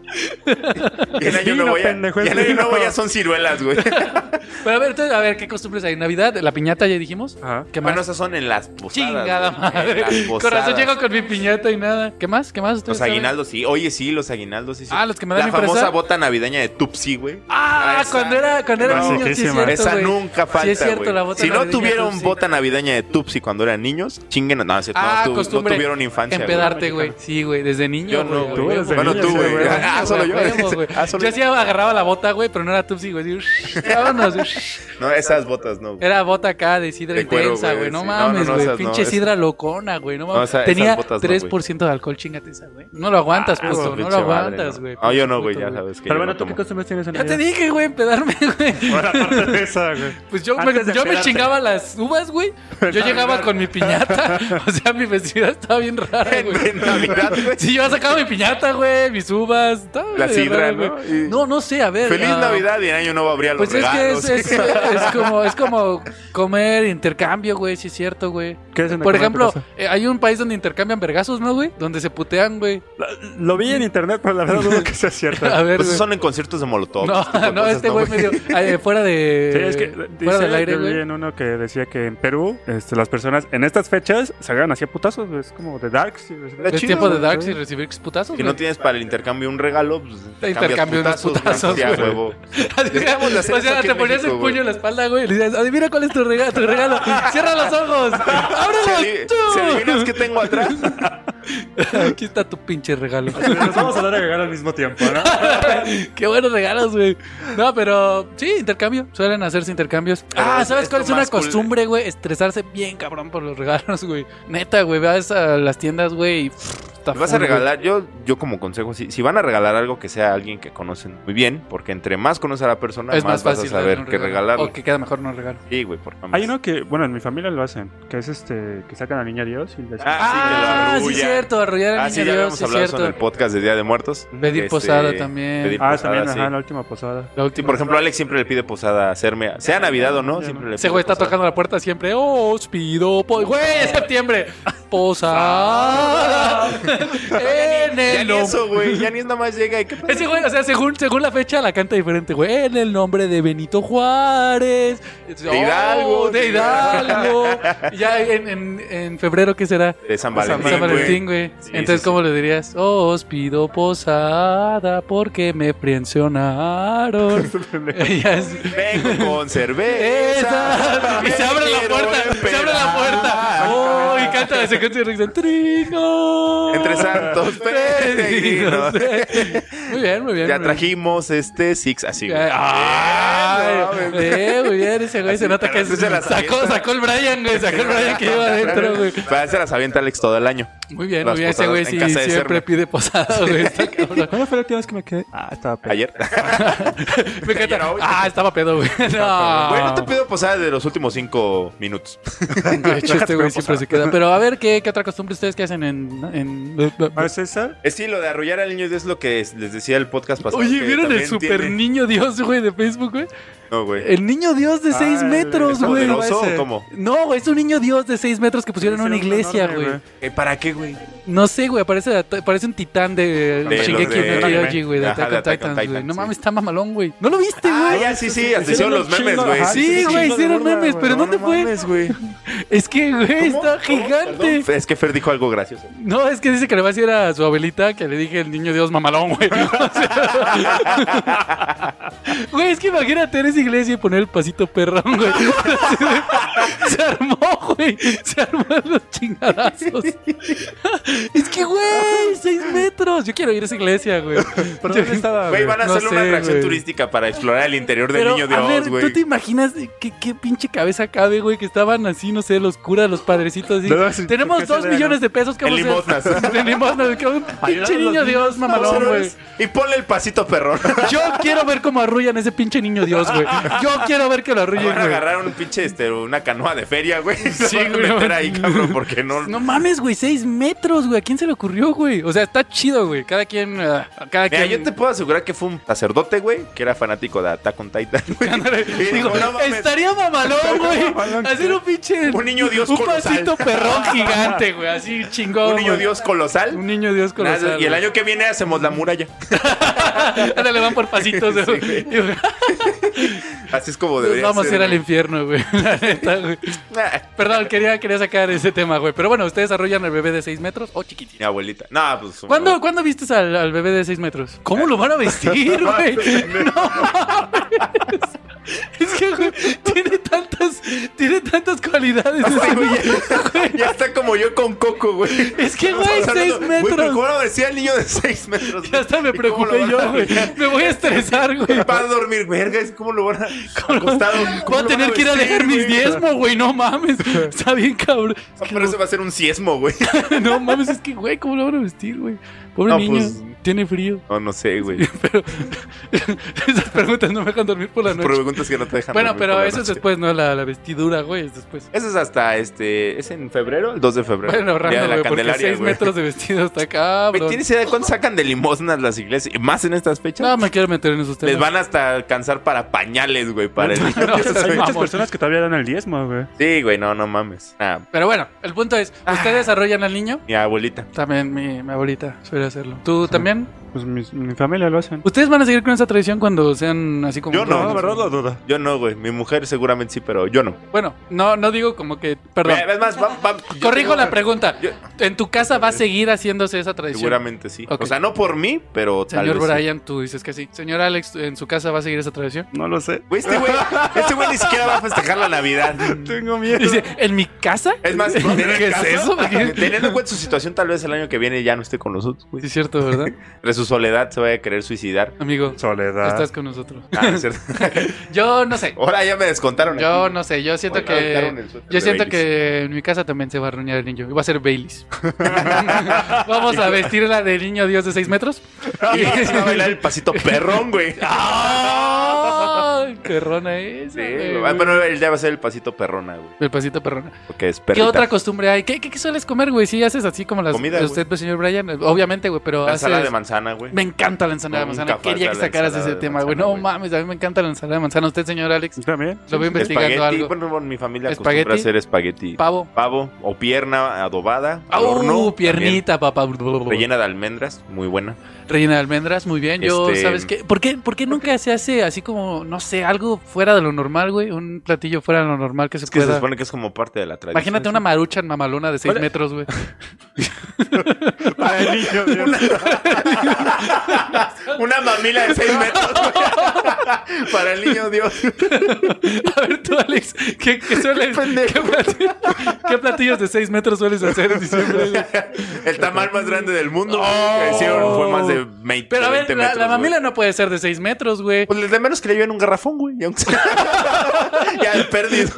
Y en año
Vino,
nuevo ya.
pendejo,
y en
es
año nuevo
vino.
ya son ciruelas, güey.
Pero a ver, entonces, a ver, ¿qué costumbres hay? Navidad, la piñata, ya dijimos.
Ajá.
¿Qué más?
Bueno, esas son en las posadas.
Chingada
güey. En las
madre. Con razón
posadas.
llego con mi piñata y nada. ¿Qué más? ¿Qué más? ¿Ustedes
Los
saben?
aguinaldos, sí. Oye, sí, los aguinaldos, sí. sí.
Ah, los que me dan
La
mi
famosa
presa.
bota navideña de Tupsi, güey.
Ah,
Ah, esa.
cuando era, cuando era
No,
niño, sí es
riquísima.
cierto,
Esa
güey.
nunca falta,
Sí es cierto,
güey.
la bota
Si no
navideña
tuvieron
Tupsi.
bota navideña de Tupsi cuando eran niños, chinguen. No, es cierto, no,
Ah,
tu- no
costumbre.
tuvieron infancia. güey.
Empedarte, güey. Sí, güey, desde niño.
Yo no,
güey,
Tú
güey.
desde
Bueno,
niño,
tú,
sí,
güey.
güey.
Ah, solo yo.
güey, güey.
Ah, solo
Yo
yo.
sí agarraba la bota, güey, pero no era Tupsi, güey. así, ush, Vámonos. ush.
No, esas botas no. güey.
Era bota acá de sidra
De cuero,
intensa,
güey,
güey. No
sí. No,
mames,
no, no,
güey.
esas no,
Pinche
esas-
sidra locona, güey. No mames.
No, esa- esas
Tenía
botas no,
3% de alcohol, chingate esa, güey. No lo aguantas,
Ah,
puto.
Su
No
pinche
lo
madre,
aguantas, güey.
No, yo no, güey,
Puto,
ya sabes que.
Pero
yo
bueno,
no
¿tú qué
tomo.
costumbres tienes en
Ya te
Navidad?
dije, güey, empedarme, güey.
Bueno, aparte de esa, güey.
Pues yo, me,
Antes de
yo me
empedarte.
chingaba las uvas, güey. Yo llegaba con mi piñata. O sea, mi vestida estaba bien rara, güey.
En Navidad, güey.
Sí, yo sacaba mi piñata, güey, mis uvas. estaba
La
medio
sidra,
raro,
¿no?
güey.
Y-
No, no sé, a ver.
Feliz
ah,
Navidad y en año nuevo habría los
Pues es que
regalos.
es, es, es como, es como comer intercambio, güey, sí es cierto, güey.
¿Qué hacen
Por
acá en tu
ejemplo,
casa?
eh, hay un país donde intercambian vergazos, ¿no, güey? Donde se putean, güey.
Lo- Lo vi en internet, pero la verdad dudo que sea cierto.
A ver,
Pues
güey.
son en conciertos de Molotov.
No,
ese tipo pues, de
no,
cosas,
este güey medio eh, fuera de
Sí, es que
fuera
dice-
del aire,
yo vi
güey.
en uno que decía que en Perú este, las personas en estas fechas se agarran así a putazos, güey, es como de Darks. güey,
Está
Es
chido,
tiempo de
güey,
darks
sí.
y recibir putazos,
Si
güey.
no tienes para el intercambio un regalo, pues te
intercambio unos putazos,
Sí, a
güey.
huevo.
Así,
Dejemos de hacer
o sea,
eso aquí
te
en
ponías
México,
el puño
güey.
en la espalda, güey, y le decías, adivina cuál es tu regalo, tu regalo. Cierra los ojos.
Si
Ábrelos
adi-
tú.
si adivinas qué tengo atrás,
Aquí está tu pinche regalo.
Nos vamos a dar a llegar al mismo tiempo, ¿no?
Qué buenos regalos, güey. No, pero sí, intercambio. Suelen hacerse intercambios.
Pero
ah,
es-
¿sabes
es
cuál
lo
es una
más cool.
costumbre, güey? Estresarse bien cabrón por los regalos, güey. Neta, güey, vas a las tiendas, güey, y pff, está
Me vas a
full, güey.
regalar, yo, yo como consejo, si, si van a regalar algo que sea alguien que conocen muy bien, porque entre más conoces a la persona,
Es
más,
más fácil
vas a
darle
saber
un
qué
regalo.
regalar.
O que queda mejor no regalo.
Sí, güey, por favor.
Hay uno que, bueno, en mi familia lo hacen, que es este, que sacan al niño Dios y le
Ah, sí, que lo
Ah, sí,
arrullan,
cierto, arrollar al
Ah, sí,
niño
ya
Dios,
habíamos
sí, es
hablado eso en
cierto.
el podcast de Día de Muertos.
Pedir posada también.
pedir
Ah,
posada,
también,
sí.
ajá, la última posada.
La
Sí,
última.
por ejemplo, Alex siempre le pide posada a hacerme, sea Navidad o no, siempre le
Ese
pide
güey está
posada.
tocando la puerta siempre. Oh, os pido. po-". Güey,
Ah.
es septiembre. Posada. en
Ya
el
ni
nombre.
eso, güey, ya ni es nada más llega y qué pedo?
Ese güey, o sea, según, según la fecha la canta diferente, güey. En el nombre de Benito Juárez. Oh,
Hidalgo,
De
de
Hidalgo. ya en, en, en febrero, ¿qué será?
De San
San
Valentín,
San Valentín, güey.
Sí,
Entonces,
sí,
¿cómo le dirías? Oh, os pido posada porque me presionaron. Ya es-
Vengo con cerveza.
Esa. Y se abre la
Quiero
puerta, se abre la
empedar.
puerta. Oh, y canta la secuencia de Rickson. Trigo.
Entre santos peregrinos.
Muy bien, muy bien.
Ya
muy bien.
trajimos este Six así, güey.
Ay,
no, mames.
eh, muy bien, ese güey se nota
Pero
que
sí se la
sacó,
avienta.
sacó el Brian, güey, sacó el Brian que lleva adentro, güey.
Para se las avienta Alex todo el año.
Muy bien,
Las
muy bien, ese
posadas
güey
en
sí
casa de
siempre
Serna.
pide posada, güey. está cabrón.
¿Cuándo fue la última vez que me quedé? Ah, estaba pedo.
Ayer.
Me encanta.
hoy.
Ah, estaba pedo, güey.
Güey, no te
No.
pido posada de los últimos cinco minutos.
De hecho, este güey siempre se queda. Pero a ver, ¿qué, qué otra costumbre ustedes que hacen en... en...
A ver, César.
Es sí, lo de arrollar al niño es lo que es- les decía el podcast pasado.
Oye,
que
¿vieron el
también
super
tiene-
niño Dios, güey, de Facebook, güey?
No, güey.
El niño Dios de 6
Ah, el-
metros,
el
güey.
poderoso
ese.
o cómo?
No, güey, es un niño Dios de 6 metros que pusieron Pues en una
Hicieron
iglesia,
enorme,
güey.
Eh, ¿Para qué, güey?
No sé, güey, parece, parece un titán de,
De los
Shingeki
de-
no Kyoji, güey, de
Ajá,
Attack
de
on
Attack on
Titans, güey.
Titan,
No
sí.
mames, está mamalón, güey. ¿No lo viste,
Ah,
güey?
ya, sí, sí. Hasta hicieron los memes,
chingo,
güey.
ajá,
Sí,
hicieron un
güey,
chingo de
hicieron
burla,
memes,
güey.
pero
No,
¿dónde
no
fue?
mames, güey.
Es que, güey, está gigante.
Perdón, Es que Fer dijo algo gracioso.
No, es que dice que le va a decir a su abuelita que le dije el niño Dios mamalón, güey. O sea, Güey, es que imagínate en esa iglesia y poner el pasito perrón, güey. Se armó, güey. Se armó los chingadazos. Es que, güey, seis metros. Yo quiero ir a esa iglesia, güey.
¿Pero dónde estaba?
Güey, van a
no
hacerle una
sé,
atracción
güey.
turística para explorar el interior del
Pero,
niño
a ver,
Dios,
¿tú te
güey.
imaginas qué, qué pinche cabeza cabe, güey? Que estaban así, no sé, los curas, los padrecitos. así,
No, no, sí,
Tenemos
creo que
dos
sí,
millones de pesos que
En
vamos a hacer?"
limosnas.
En limosnas. que un
Ayudar a
Pinche
los
niño
niños,
Dios, mamalón, güey.
Y ponle el pasito perrón.
Yo quiero ver cómo arrullan ese pinche niño Dios, güey. Yo quiero ver que lo arrullen,
Van a
güey.
agarrar un pinche, este, una canoa de feria, güey. y se
Sí,
van a
güey, no
meter
mames.
ahí, cabrón, porque no...
No mames, güey, seis metros, güey. ¿A quién se le ocurrió, güey? O sea, está chido, güey. Cada quien. ah, cada
Mira,
quien.
yo te puedo asegurar que fue un sacerdote, güey, que era fanático de Attack on Titan, güey. Y
Digo,
dijo, "No mames,
estaría mamalón, güey.
mamalón,
Hacer un pinche.
Un niño Dios
Un
colosal.
pasito perrón gigante, güey. Así chingón.
un niño
güey.
Dios colosal.
Un niño Dios
Nada,
colosal.
y el
güey.
año que viene hacemos la muralla.
Ándale, le van por pasitos, güey. "Ah,
Sí, Así es como debería
Vamos a
ser,
ir al
güey.
infierno, güey. La neta, güey.
Ah,
Perdón, quería, quería sacar ese tema, güey. Pero bueno, ¿ustedes arrollan al bebé de 6 metros o
Mi
chiquitín?
abuelita. No, pues...
¿Cuándo, ¿Cuándo vistes al, al bebé de 6 metros? ¿Cómo lo van a vestir, güey? No mames. Es que, güey, tiene tantas, tiene tantas cualidades. ese
güey,
niño, güey.
Ya está como yo con Coco, güey.
Es que, güey,
Estamos
seis
hablando- güey, pero
metros.
¿Cómo lo decía el niño de 6 metros?
Ya hasta me
¿Y cómo lo
preocupé
van
yo,
a-
güey. Me voy a estresar, güey.
Va a dormir, verga, es como lo van a... acostado, ¿cómo
Voy a
lo
tener
van
que ir a
vestir,
dejar mis
güey?
diezmos, güey. No mames. Está bien, cabrón. Es
Ah,
que
Pero eso va a ser un ciesmo, güey.
No mames, es que, güey, ¿cómo lo van a vestir, güey? Pobre
No,
niño,
pues-
tiene frío.
No, no sé, güey.
Pero esas preguntas no me dejan dormir por la noche.
Preguntas que no te dejan.
bueno,
dormir por
pero
la
eso es
noche.
después, ¿no? La, la vestidura, güey, es después.
Eso es hasta este. ¿Es en febrero? El 2 de febrero.
Bueno,
Día
ahorrando,
de la
güey, porque
Candelaria,
6
güey.
metros de vestido está cabrón.
Güey, ¿Tienes idea de cuánto sacan de limosnas las iglesias? Y más en estas fechas.
No, me quiero meter en esos temas.
Les van hasta alcanzar para pañales, güey, para el niño.
No, o sea,
Hay
mamón.
muchas personas que todavía dan el diezmo, güey.
Sí, güey, no, no mames. Ah,
Pero bueno, el punto es, ¿ustedes arrollan al niño?
mi abuelita.
También mi, mi abuelita suele hacerlo. ¿Tú también?
Pues mis- mi, familia lo hacen.
¿Ustedes van a seguir con esa tradición cuando sean así como...
Yo no,
grandes?
¿verdad?
Lo dudo.
Yo no, güey. Mi mujer seguramente sí, pero yo no.
Bueno, no, no digo como que... Perdón.
Ve- Es más, va- va- yo
Corrijo
tengo-
la pregunta.
yo-
¿En tu casa va a seguir haciéndose esa tradición?
Seguramente sí.
Ok.
O sea, no por mí, pero tal
Señor
vez. sí.
Brian, tú dices que sí. Señor Alex, ¿en su casa va a seguir esa tradición?
No lo sé.
Güey, este güey, este güey ni siquiera va a festejar la Navidad.
Tengo miedo.
Dice, ¿en mi casa?
Es más,
¿Qué es eso?
Teniendo en cuenta su situación, tal vez el año que viene ya no esté con nosotros, güey.
Sí, es cierto, ¿verdad?
De su soledad se vaya a querer suicidar.
Amigo,
Soledad.
estás con nosotros.
Ah, es cierto.
Yo no sé.
Ahora ya me descontaron.
Yo
aquí.
no sé. Yo siento
Hoy me aventaron
que.
el suéter
Yo
de
siento
Baileys.
que en mi casa también se va a reunir el niño. Va a ser Baileys. Vamos a vestirla de niño Dios de 6 metros.
Y se va a bailar el pasito perrón, güey.
¡Ay! perrona esa,
Sí,
Ah, güey,
ah,
güey.
pero él ya va a ser el pasito perrona, güey.
El pasito perrona.
Porque es
¿Qué
perrita.
otra costumbre hay? ¿Qué, qué, qué sueles comer, güey? Si haces así como las
Comida,
de usted, pues, señor Brian, obviamente, güey, pero
La
haces...
ensalada de manzana, güey.
Me encanta la ensalada de
Nunca
manzana.
falta
Quería que
la
sacaras
ensalada
ese
de
tema,
manzana,
güey. No
güey.
mames, a mí me encanta la ensalada de manzana. ¿Usted, señor Alex?
También.
Lo voy investigando
Espagueti,
algo.
bueno, bueno, mi familia
¿Espagueti?
acostumbra a hacer espagueti.
Pavo.
Pavo o pierna adobada. al
¡Uh,
horno,
piernita, papá!
también, Rellena de almendras, muy buena.
Rellena de almendras, muy bien. Yo,
Este-
¿sabes qué? ¿Por qué, por qué nunca se hace así como, no sé, algo fuera de lo normal, güey? Un platillo fuera de lo normal que se
Es que se
pueda.
supone que es como parte de la tradición.
Imagínate una marucha en mamalona de 6
Hola.
metros, güey.
Para el niño, Dios.
Una mamila de 6 metros güey. para el niño Dios.
A ver, tú, Alex, ¿qué, qué sueles?
Pendejo.
¿qué, platillo- qué platillos de 6 metros sueles hacer en diciembre? güey?
El tamal más grande del mundo
Oh.
que hicieron fue más de 20
Pero a ver,
20
la,
metros,
la
güey.
mamila no puede ser de 6 metros, güey.
Pues de menos que le lleven un garrafón, güey. y aunque sea- ya el perdido.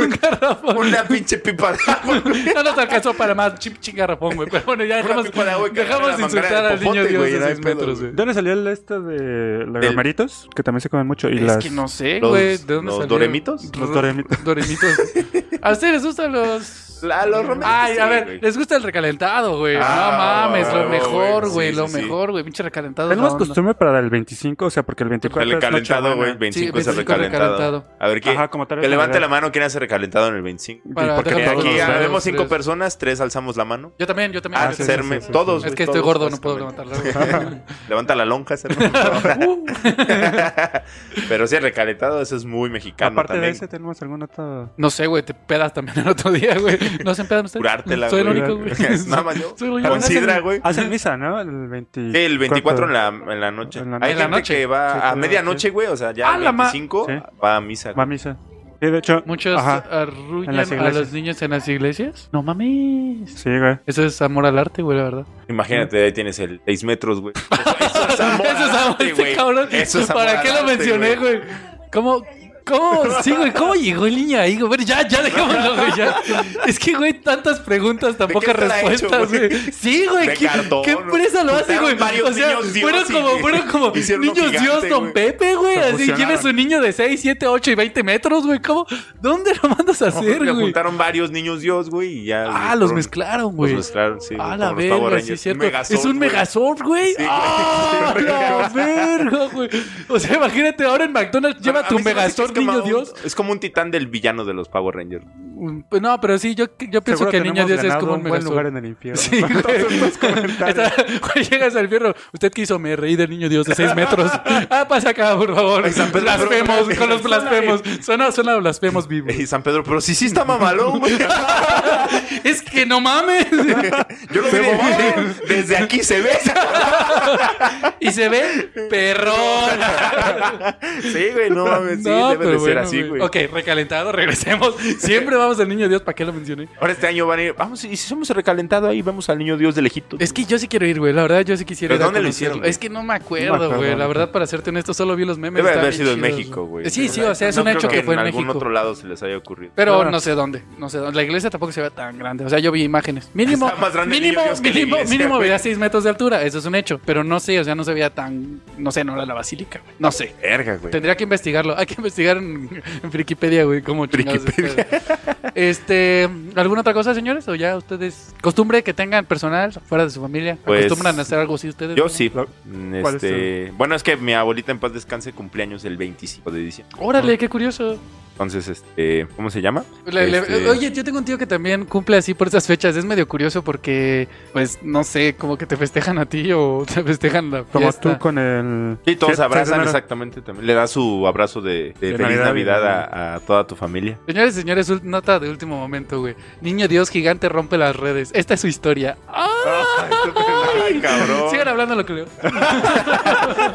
Una pinche pipa de agua, güey.
No nos alcanzó para más chip chingarrafón, güey. Pero bueno, ya
Una
dejamos,
pipa de agua que agarra
dejamos
la
de insultar
manguera
al
del
niño
popote,
Dios
güey,
de
no hay
6
pedo,
metros,
güey.
güey.
¿De dónde salió el este de los
Del-
romeritos? Que también se comen mucho. Y
Es
las...
que no sé,
los-
güey. ¿De dónde
los
salieron?
doremitos?
Los
Ro-
doremitos.
doremitos. ¿A ustedes les gustan los...?
La- los romeritos,
Ay, a
sí,
ver,
güey.
les gusta el recalentado, güey.
Ah,
no mames, lo
huevo,
mejor,
güey.
güey,
Sí,
lo
sí, sí.
mejor, güey. Pinche recalentado.
Tenemos
la onda.
costumbre para el 25, o sea, porque el 24
Pues
es
El calentado,
Nochebuena.
güey. 25 es el
25
recalentado.
recalentado.
A ver, ¿qué?
Ajá, como tal vez
que levante
Navidad.
la mano, ¿quién hace recalentado en el 25?
Y
Para-
porque
déjame
Eh,
todos
aquí
los
habemos
dedos,
cinco
tres.
personas, tres alzamos la mano.
Yo también, yo también.
Ah,
Ah, sí, sí,
Serme,
sí, sí, sí.
todos.
Es
güey,
que estoy
todos,
gordo, no puedo
básicamente.
levantarla. güey.
Levanta la lonja, Serme.
Uh,
Pero sí, el recalentado, eso es muy mexicano
Aparte
también.
de ese, tenemos algún otro...
No sé, güey, te pedas también el otro día, güey. ¿No se empedan ustedes?
Curártela,
Soy el
güey.
único, güey.
Nada más yo.
Soy el único.
Con sidra, güey.
Hacen Ah, misa, ¿no? El 24.
Sí, el 24 en la, en la noche.
En la
Hay
noche.
gente que va
Sí,
a
claro,
medianoche, güey. O sea, ya
Ah,
el
la ma-
25
Sí.
va a misa.
Va a
güey.
misa. Sí, de hecho...
Muchos
Ajá. En
arrullan
las
a
iglesias.
los niños en las iglesias. No mames.
Sí, güey.
Eso es amor al arte, güey, la verdad.
Imagínate, ahí tienes el 6 metros, güey. Eso, eso es amor
Eso es
al
amor,
arte,
este
güey.
cabrón.
Eso es amor
¿Para
al
qué lo
arte,
mencioné, güey? ¿Cómo? ¿Cómo? Sí, güey, ¿cómo llegó el niño ahí? güey? Bueno, ya, ya dejémoslo, güey, ya. Es que, güey, tantas preguntas, tan
¿De
pocas
qué estará
respuestas,
hecho, güey?
güey. Sí, güey,
De
¿qué,
cartón,
qué
¿no?
empresa lo hace,
Juntaron
güey?
varios
O sea,
niños dios
fueron
y-
como, fueron como
hicieron uno
niños dios
gigante,
Don
güey.
Pepe, güey.
Se
Así,
fusionaron.
lleves un niño de 6, 7, 8 y 20 metros, güey. ¿Cómo? ¿Dónde lo mandas a hacer,
Le
güey?
juntaron varios niños Dios, güey, y ya.
Ah, los
fueron-
mezclaron, güey.
Los mezclaron, Pues sí.
Ah,
con
la
los Power
verga, sí,
Rangers.
es cierto.
Megazord,
es un
güey.
megazord, güey.
Sí, güey.
¡Ah, la verga, güey! O sea, imagínate ahora en McDonald's, lleva
A
tu
mí se me hace que es
megazord, niño
como un-
Dios.
Es como un titán del villano de los Power Rangers.
Un- pues No, pero sí, yo, yo pienso
Seguro
que niño
tenemos
Dios es
ganado
como un
buen lugar
megazord.
en el infierno.
Sí, güey.
comentarios.
Está- güey, llegas al fierro. Usted quiso me reí del niño Dios de 6 metros. Ah, pasa acá, por favor.
Ay, San Pedro,
Blasfemos,
pero-
con los blasfemos. Suena, suena blasfemos vivo.
Y San Pedro, pero si sí está mamalón, güey.
Es que no mames.
Yo lo vi desde, desde aquí se ve.
Y se ve perrón.
Sí, güey, no mames, sí,
No,
debe
pero
de ser
bueno,
así, güey.
Ok, recalentado, regresemos. Siempre vamos al niño Dios, ¿para qué lo mencioné?
Ahora este año van a ir, vamos, y si somos el recalentado ahí, vemos al niño Dios del Egipto.
Es que yo sí quiero ir, güey. La verdad, yo sí quisiera
¿Pero
ir. a
dónde lo
conocerlo.
hicieron, güey?
Es que no me
No me
acuerdo,
acuerdo.
güey. La verdad, para serte honesto, solo vi los memes.
Debe
Estaban
haber
bien
sido en
chidos,
México, güey.
Sí, sí, o sea, es
No
un
creo
hecho que fue en
En
México.
algún otro lado se les haya ocurrido.
Pero
Ah.
no sé dónde, no sé dónde. La iglesia tampoco se ve tan grande. O sea, yo vi imágenes. Mínimo,
Está más grande el
mínimo,
niño Dios que la
mínimo,
iglesia,
mínimo
güey.
veía 6 metros de altura. Eso es un hecho. Pero no sé, o sea, no se veía tan. No sé, no era la basílica, güey. No sé.
Verga, güey.
Tendría que investigarlo. Hay que investigar en, en Frikipedia, güey. ¿Cómo chingados es pedo. Este, ¿Alguna otra cosa, señores? ¿O ya ustedes? ¿Costumbre que tengan personal fuera de su familia?
Pues,
¿Acostumbran a hacer algo así ustedes?
Yo
no?
sí.
Lo-
Mm,
¿Cuál es
Este, bueno, es que mi abuelita en paz descanse cumpleaños el 25 de diciembre.
Órale, qué curioso.
Entonces, este, ¿cómo se llama?
Le- le-
Este-
Oye, yo tengo un tío que también cumple así por esas fechas. Es medio curioso porque, pues, no sé, como que te festejan a ti o te festejan la
Como
fiesta.
tú con el...
Sí, todos
Sí,
abrazan
sí, sí,
exactamente también. Le da su abrazo de, de
De
feliz
Navidad,
Navidad
güey.
a, a toda tu familia.
Señores, señores, ul- nota de último momento, güey. Niño Dios gigante rompe las redes. Esta es su historia. ¡Ah!
Ay, cabrón.
Sigan hablando lo que leo.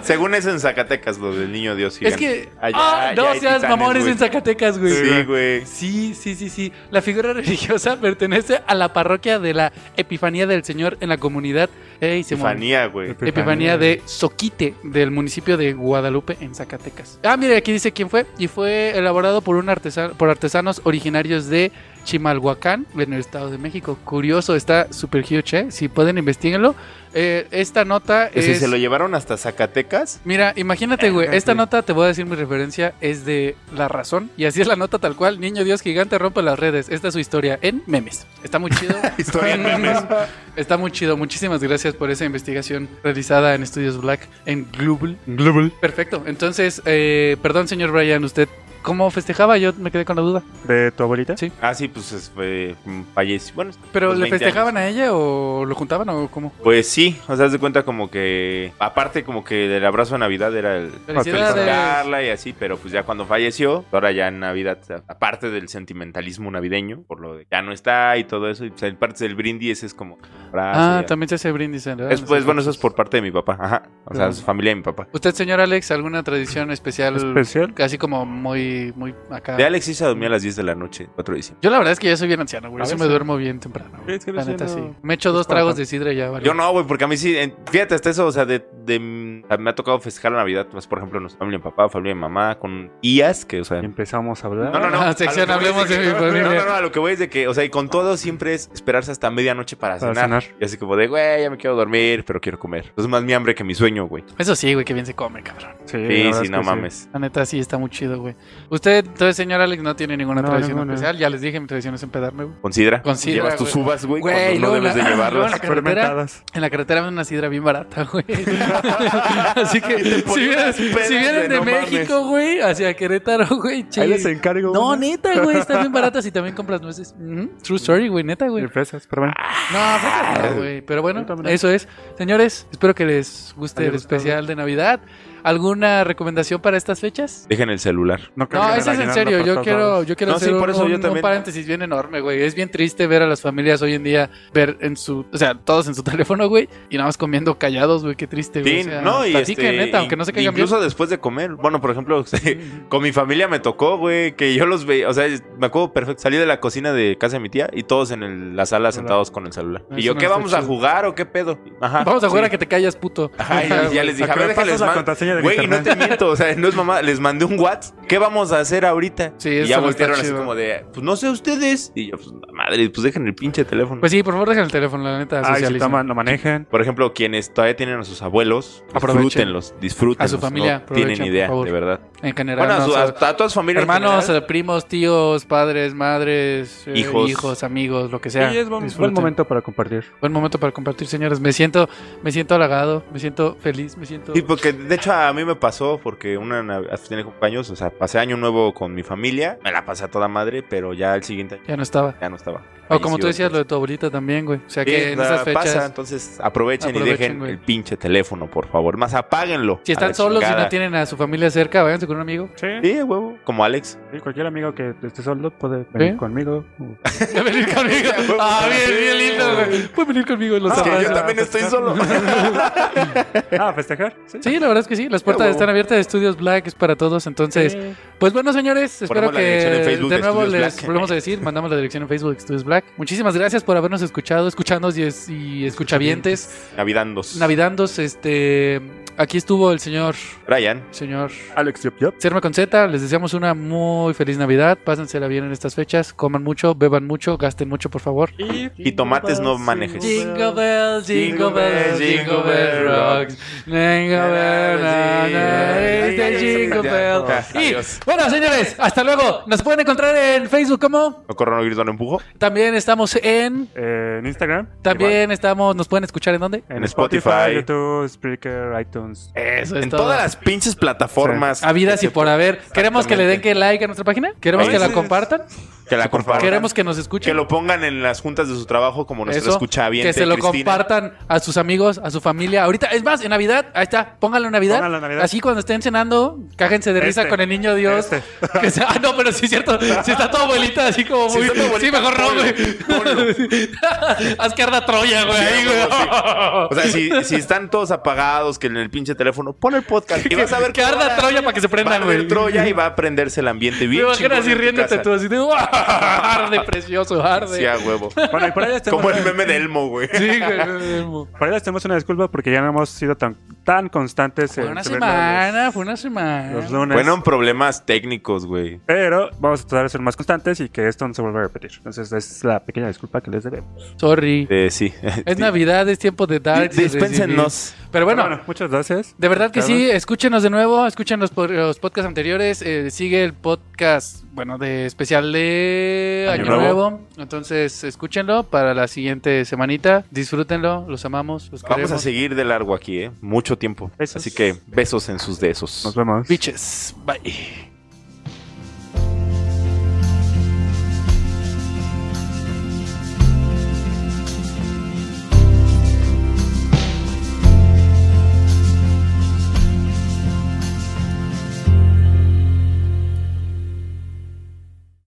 Según es en Zacatecas lo del niño Dios
Es
gigante.
que.
Allá-
ah,
allá
no
hay
seas
titanes,
mamones
güey.
en Zacatecas, güey.
Sí, güey.
Sí, sí, sí, sí. La figura religiosa pertenece a la parroquia de la Epifanía del Señor en la comunidad. Ey, se movió.
Epifanía, güey.
Epifanía de Soquite, del municipio de Guadalupe, en Zacatecas. Ah, mire, aquí dice quién fue. Y fue elaborado por un artesano, por artesanos originarios de Chimalhuacán, en el Estado de México. Curioso, está super huge, ¿eh? Si pueden, investiguenlo. Eh, esta nota
Que
es...
Si Pues se lo llevaron hasta Zacatecas.
Mira, imagínate, güey, esta
sí.
nota, te voy a decir mi referencia, es de La Razón. Y así es la nota tal cual. Niño Dios gigante rompe las redes. Esta es su historia en memes. Está muy chido.
Historia en memes.
Está muy chido. Muchísimas gracias por esa investigación realizada en Estudios Black en Global.
Global.
Perfecto. Entonces, eh, perdón, señor Brian, usted, ¿cómo festejaba? Yo me quedé con la duda.
¿De tu abuelita?
Sí.
Ah, sí, pues es, eh, mm, falleció. Bueno,
¿Pero
los
le
20
festejaban
Pues años.
a ella o lo juntaban o cómo?
Pues sí, o sea, haz de cuenta como que. Aparte, como que el abrazo de Navidad era el.
Felicidades.
felicitarla y así, pero pues ya cuando falleció, ahora ya en Navidad, o sea, aparte del sentimentalismo navideño, por lo de ya no está y todo eso, y pues, el parte del brindis es como. abrazo
Ah,
y ya.
también se hace brindis. ¿verdad?
Es, pues bueno, eso es por parte de mi papá, ajá. O sea,
Claro.
su familia de mi papá.
¿Usted, señor Alex, alguna tradición especial?
Especial.
Casi como muy, muy acá.
De Alexis se dormía a las 10 de la noche, 4 de diciembre.
Yo la verdad es que ya soy bien anciano, güey.
A
Yo sí
veces.
me duermo bien temprano. güey.
Es que
La
eres
neta, sí.
lleno.
Me echo dos
Pues,
tragos
cuarta.
de sidra y ya, vale.
Yo no, güey, porque a mí sí, en- fíjate, hasta eso, o sea, de, de- me ha tocado festejar la Navidad, pues, por ejemplo, nos familia de papá, familia de mamá, con tías, que, o sea...
Y empezamos a hablar.
No, no, no.
Ah,
a lo que
sección,
voy es
hablemos
que-
de mi familia.
No, no, no, a lo que voy es de que, o sea, y con todo siempre es esperarse hasta medianoche para,
Para
cenar.
cenar.
Y así como de, güey, ya me quiero dormir, pero quiero comer. Entonces, más mi hambre que mi sueño, güey.
Eso sí, güey, que bien se come, cabrón.
Sí, la
Sí,
verdad
sí,
es
no
que
mames.
La neta, sí, está muy chido, güey. Usted, entonces, señor Alex, no tiene ninguna
No,
tradición
ninguna.
especial. Ya les dije, mi tradición es empedarme, güey.
Considera.
Considera,
Llevas tus
güey.
uvas, güey,
Güey,
cuando no
luego
debes de
la- luego la
llevarlas.
carretera.
Fermentadas.
En la carretera venden una sidra bien barata, güey. Así que,
Y te
si
ponen
vienen,
unas pedas
si vienen de,
de no
México, güey, hacia Querétaro, güey,
Ahí
che.
les encargo.
No,
una.
neta, güey, están bien baratas y también compras nueces. Ujú, True story, güey, neta, güey.
Y fresas, pero bueno.
No, fíjate,
Ah,
no, güey. Pero bueno,
Ahorita, mira.
eso es. Señores, espero que les guste
Haya
el
gustado.
especial de Navidad. ¿Alguna recomendación para estas fechas?
Dejen el celular.
No, creo
No,
que
ese es en
aguinaldo
serio.
por
Yo
todos
quiero,
lados.
yo quiero
No,
hacer
sí, por eso
un,
yo
un
también.
paréntesis bien enorme, güey. Es bien triste ver a las familias hoy en día ver en su, o sea, todos en su teléfono, güey, y nada más comiendo callados, güey. Qué triste, güey.
Sí,
O sea,
no, y
platiquen,
este,
neta, aunque no se
in-
caigan bien.
Incluso después de comer. Bueno, por ejemplo, con mi familia me tocó, güey, que yo los veía, o sea, me acuerdo perfecto, salí de la cocina de casa de mi tía y todos en el- la sala
Hola.
sentados con el celular.
Eso
y yo,
no
¿qué
está
vamos a
chido.
jugar o qué pedo? Ajá.
Vamos a jugar
Sí.
a que te callas, puto.
Ajá, y ya- ya les dije,
¿A
a
qué
ver,
me pasas
déjales
la
man-
contraseña del
Güey, y no
internet?
te miento, o sea, no es mamá, les mandé un WhatsApp. ¿Qué vamos a hacer ahorita?
Sí,
y
eso
ya
no está
voltearon así
chido.
como de, pues no sé ustedes. Y yo, pues madre, pues dejen el pinche teléfono.
Pues sí, por favor, dejen el teléfono, la neta,
Ay, si
socialicen.
toman, lo manejan.
por ejemplo, quienes todavía tienen a sus abuelos,
Aprovechen.
disfrútenlos, disfrútenlos.
A su familia,
no tienen
aprovechen,
idea,
por favor.
de verdad.
En general,
Bueno, a,
no,
su-
o sea,
a- a todas familias. en
Hermanos,
general.
eh, primos, tíos, padres, madres, eh, hijos.
Hijos.
amigos, lo que
Sí,
sea.
es buen, buen
Disfruten.
momento para compartir.
Buen momento para compartir, señores. Me siento, me siento halagado, me siento feliz, me siento.
Sí, porque de hecho a mí me pasó porque una nav- hace- tiene compañeros, o sea, pasé año nuevo con mi familia, me la pasé a toda madre, pero ya el siguiente año
Ya no estaba.
ya no estaba.
O como tú
Falleció,
decías, lo de
entonces.
tu abuelita también, güey. O sea que
Sí,
en
o sea,
esas fechas.
pasa, entonces aprovechen, y
Aprovechen,
dejen
güey.
el pinche teléfono, por favor. Más apáguenlo.
Si
a
están
la
solos y
chingada.
no tienen a su familia cerca, váyanse con un amigo.
Sí.
Sí, huevo, como Alex.
Sí, cualquier amigo que esté solo puede venir
Sí.
conmigo. Uh,
Ya venir conmigo. Ah,
pues,
bien, bien lindo, güey. Pueden venir conmigo. Los
Ah,
abrazo.
que yo también-
estoy solo.
Ah, a festejar. Sí.
Sí, la verdad es que sí. Las puertas
huevo.
están abiertas de Estudios Black, es para todos. Entonces,
Sí.
Pues bueno, señores, espero
Ponemos la
que
dirección en Facebook
de
de
nuevo
Estudios
les
Black.
volvemos a decir, mandamos la dirección en Facebook de Estudios Black. Muchísimas gracias por habernos escuchado, escuchanos y, es- y escuchavientes,
Navidandos.
navidandos, este, aquí estuvo el señor,
Brian.
señor
Alex Yop Yop.
Serma con Z, les deseamos una muy feliz Navidad, pásensela bien en estas fechas, coman mucho, beban mucho, gasten mucho, por favor.
Y
tomates no manejes.
Jingle bells, jingle bells, jingle bell rocks. Jingle bell, na, na, it's the jingle bell. Y
Adiós.
bueno, señores, hasta luego. Nos pueden encontrar en Facebook como.
No corro, no grito, no empujo.
También estamos en.
Eh, en Instagram,
También estamos. ¿Nos pueden escuchar en dónde?
en,
En
Spotify,
Spotify.
YouTube, Spreaker, iTunes.
Eso es
en
todo.
todas las pinches plataformas.
Habidas y por haber. Queremos que le den que like a nuestra página. Queremos que la
Eso es.
compartan.
Que la compartan.
Queremos que nos
Que
escuchen.
lo pongan en las juntas de su trabajo como nuestra
Eso,
escucha bien.
que se lo compartan a sus amigos, a su familia. Ahorita, es más, en Navidad, ahí está, pónganlo en Navidad.
Pónganlo en Navidad.
Así cuando estén cenando, cájense de risa
Este.
con el niño Dios.
Este.
Que sea- ah, no, pero sí es cierto. Si está tu abuelita así como
Si
muy.
está tu abuelita,
sí, mejor no,
ponlo,
güey. Haz que arda Troya, güey. ahí, güey.
O sea, si, si están todos apagados, que en el pinche teléfono, pon el podcast y vas a ver
que arda
ahora
Troya para que se
Va a
prendan,
haber
güey.
Troya y va a prenderse el ambiente
Me
bien.
imaginas
chingón
así
en tu
riéndote
casa.
tú, así de. "Uah, Arde, precioso, arde. este
Sí, a huevo.
Bueno, y por ahí les tenemos,
Como el meme de Elmo, güey.
Sí, güey. no, no, no.
por ahí les tenemos una disculpa porque ya no hemos sido tan tan constantes
Fue
en
una
subirlo los-
semana, fue una semana.
los lunes.
Fueron problemas técnicos, güey.
Pero vamos a tratar de ser más constantes y que esto no se vuelva a repetir. Entonces, es la pequeña disculpa que les debemos.
Sorry.
Eh, sí.
Es Navidad, es tiempo de dar.
Di- Dispénsenos.
Pero bueno,
Pero muchas gracias.
de verdad que
Claro.
sí, escúchenos de nuevo, escuchen los, po- los podcasts anteriores, eh, sigue el podcast, bueno, de especial de Año,
Año
nuevo.
Nuevo.
Entonces, escúchenlo para la siguiente semanita, disfrútenlo, los amamos, los queremos.
Vamos a seguir de largo aquí, ¿eh? Mucho tiempo.
Besos.
Así que besos en sus de esos.
Nos vemos.
Bitches, bye.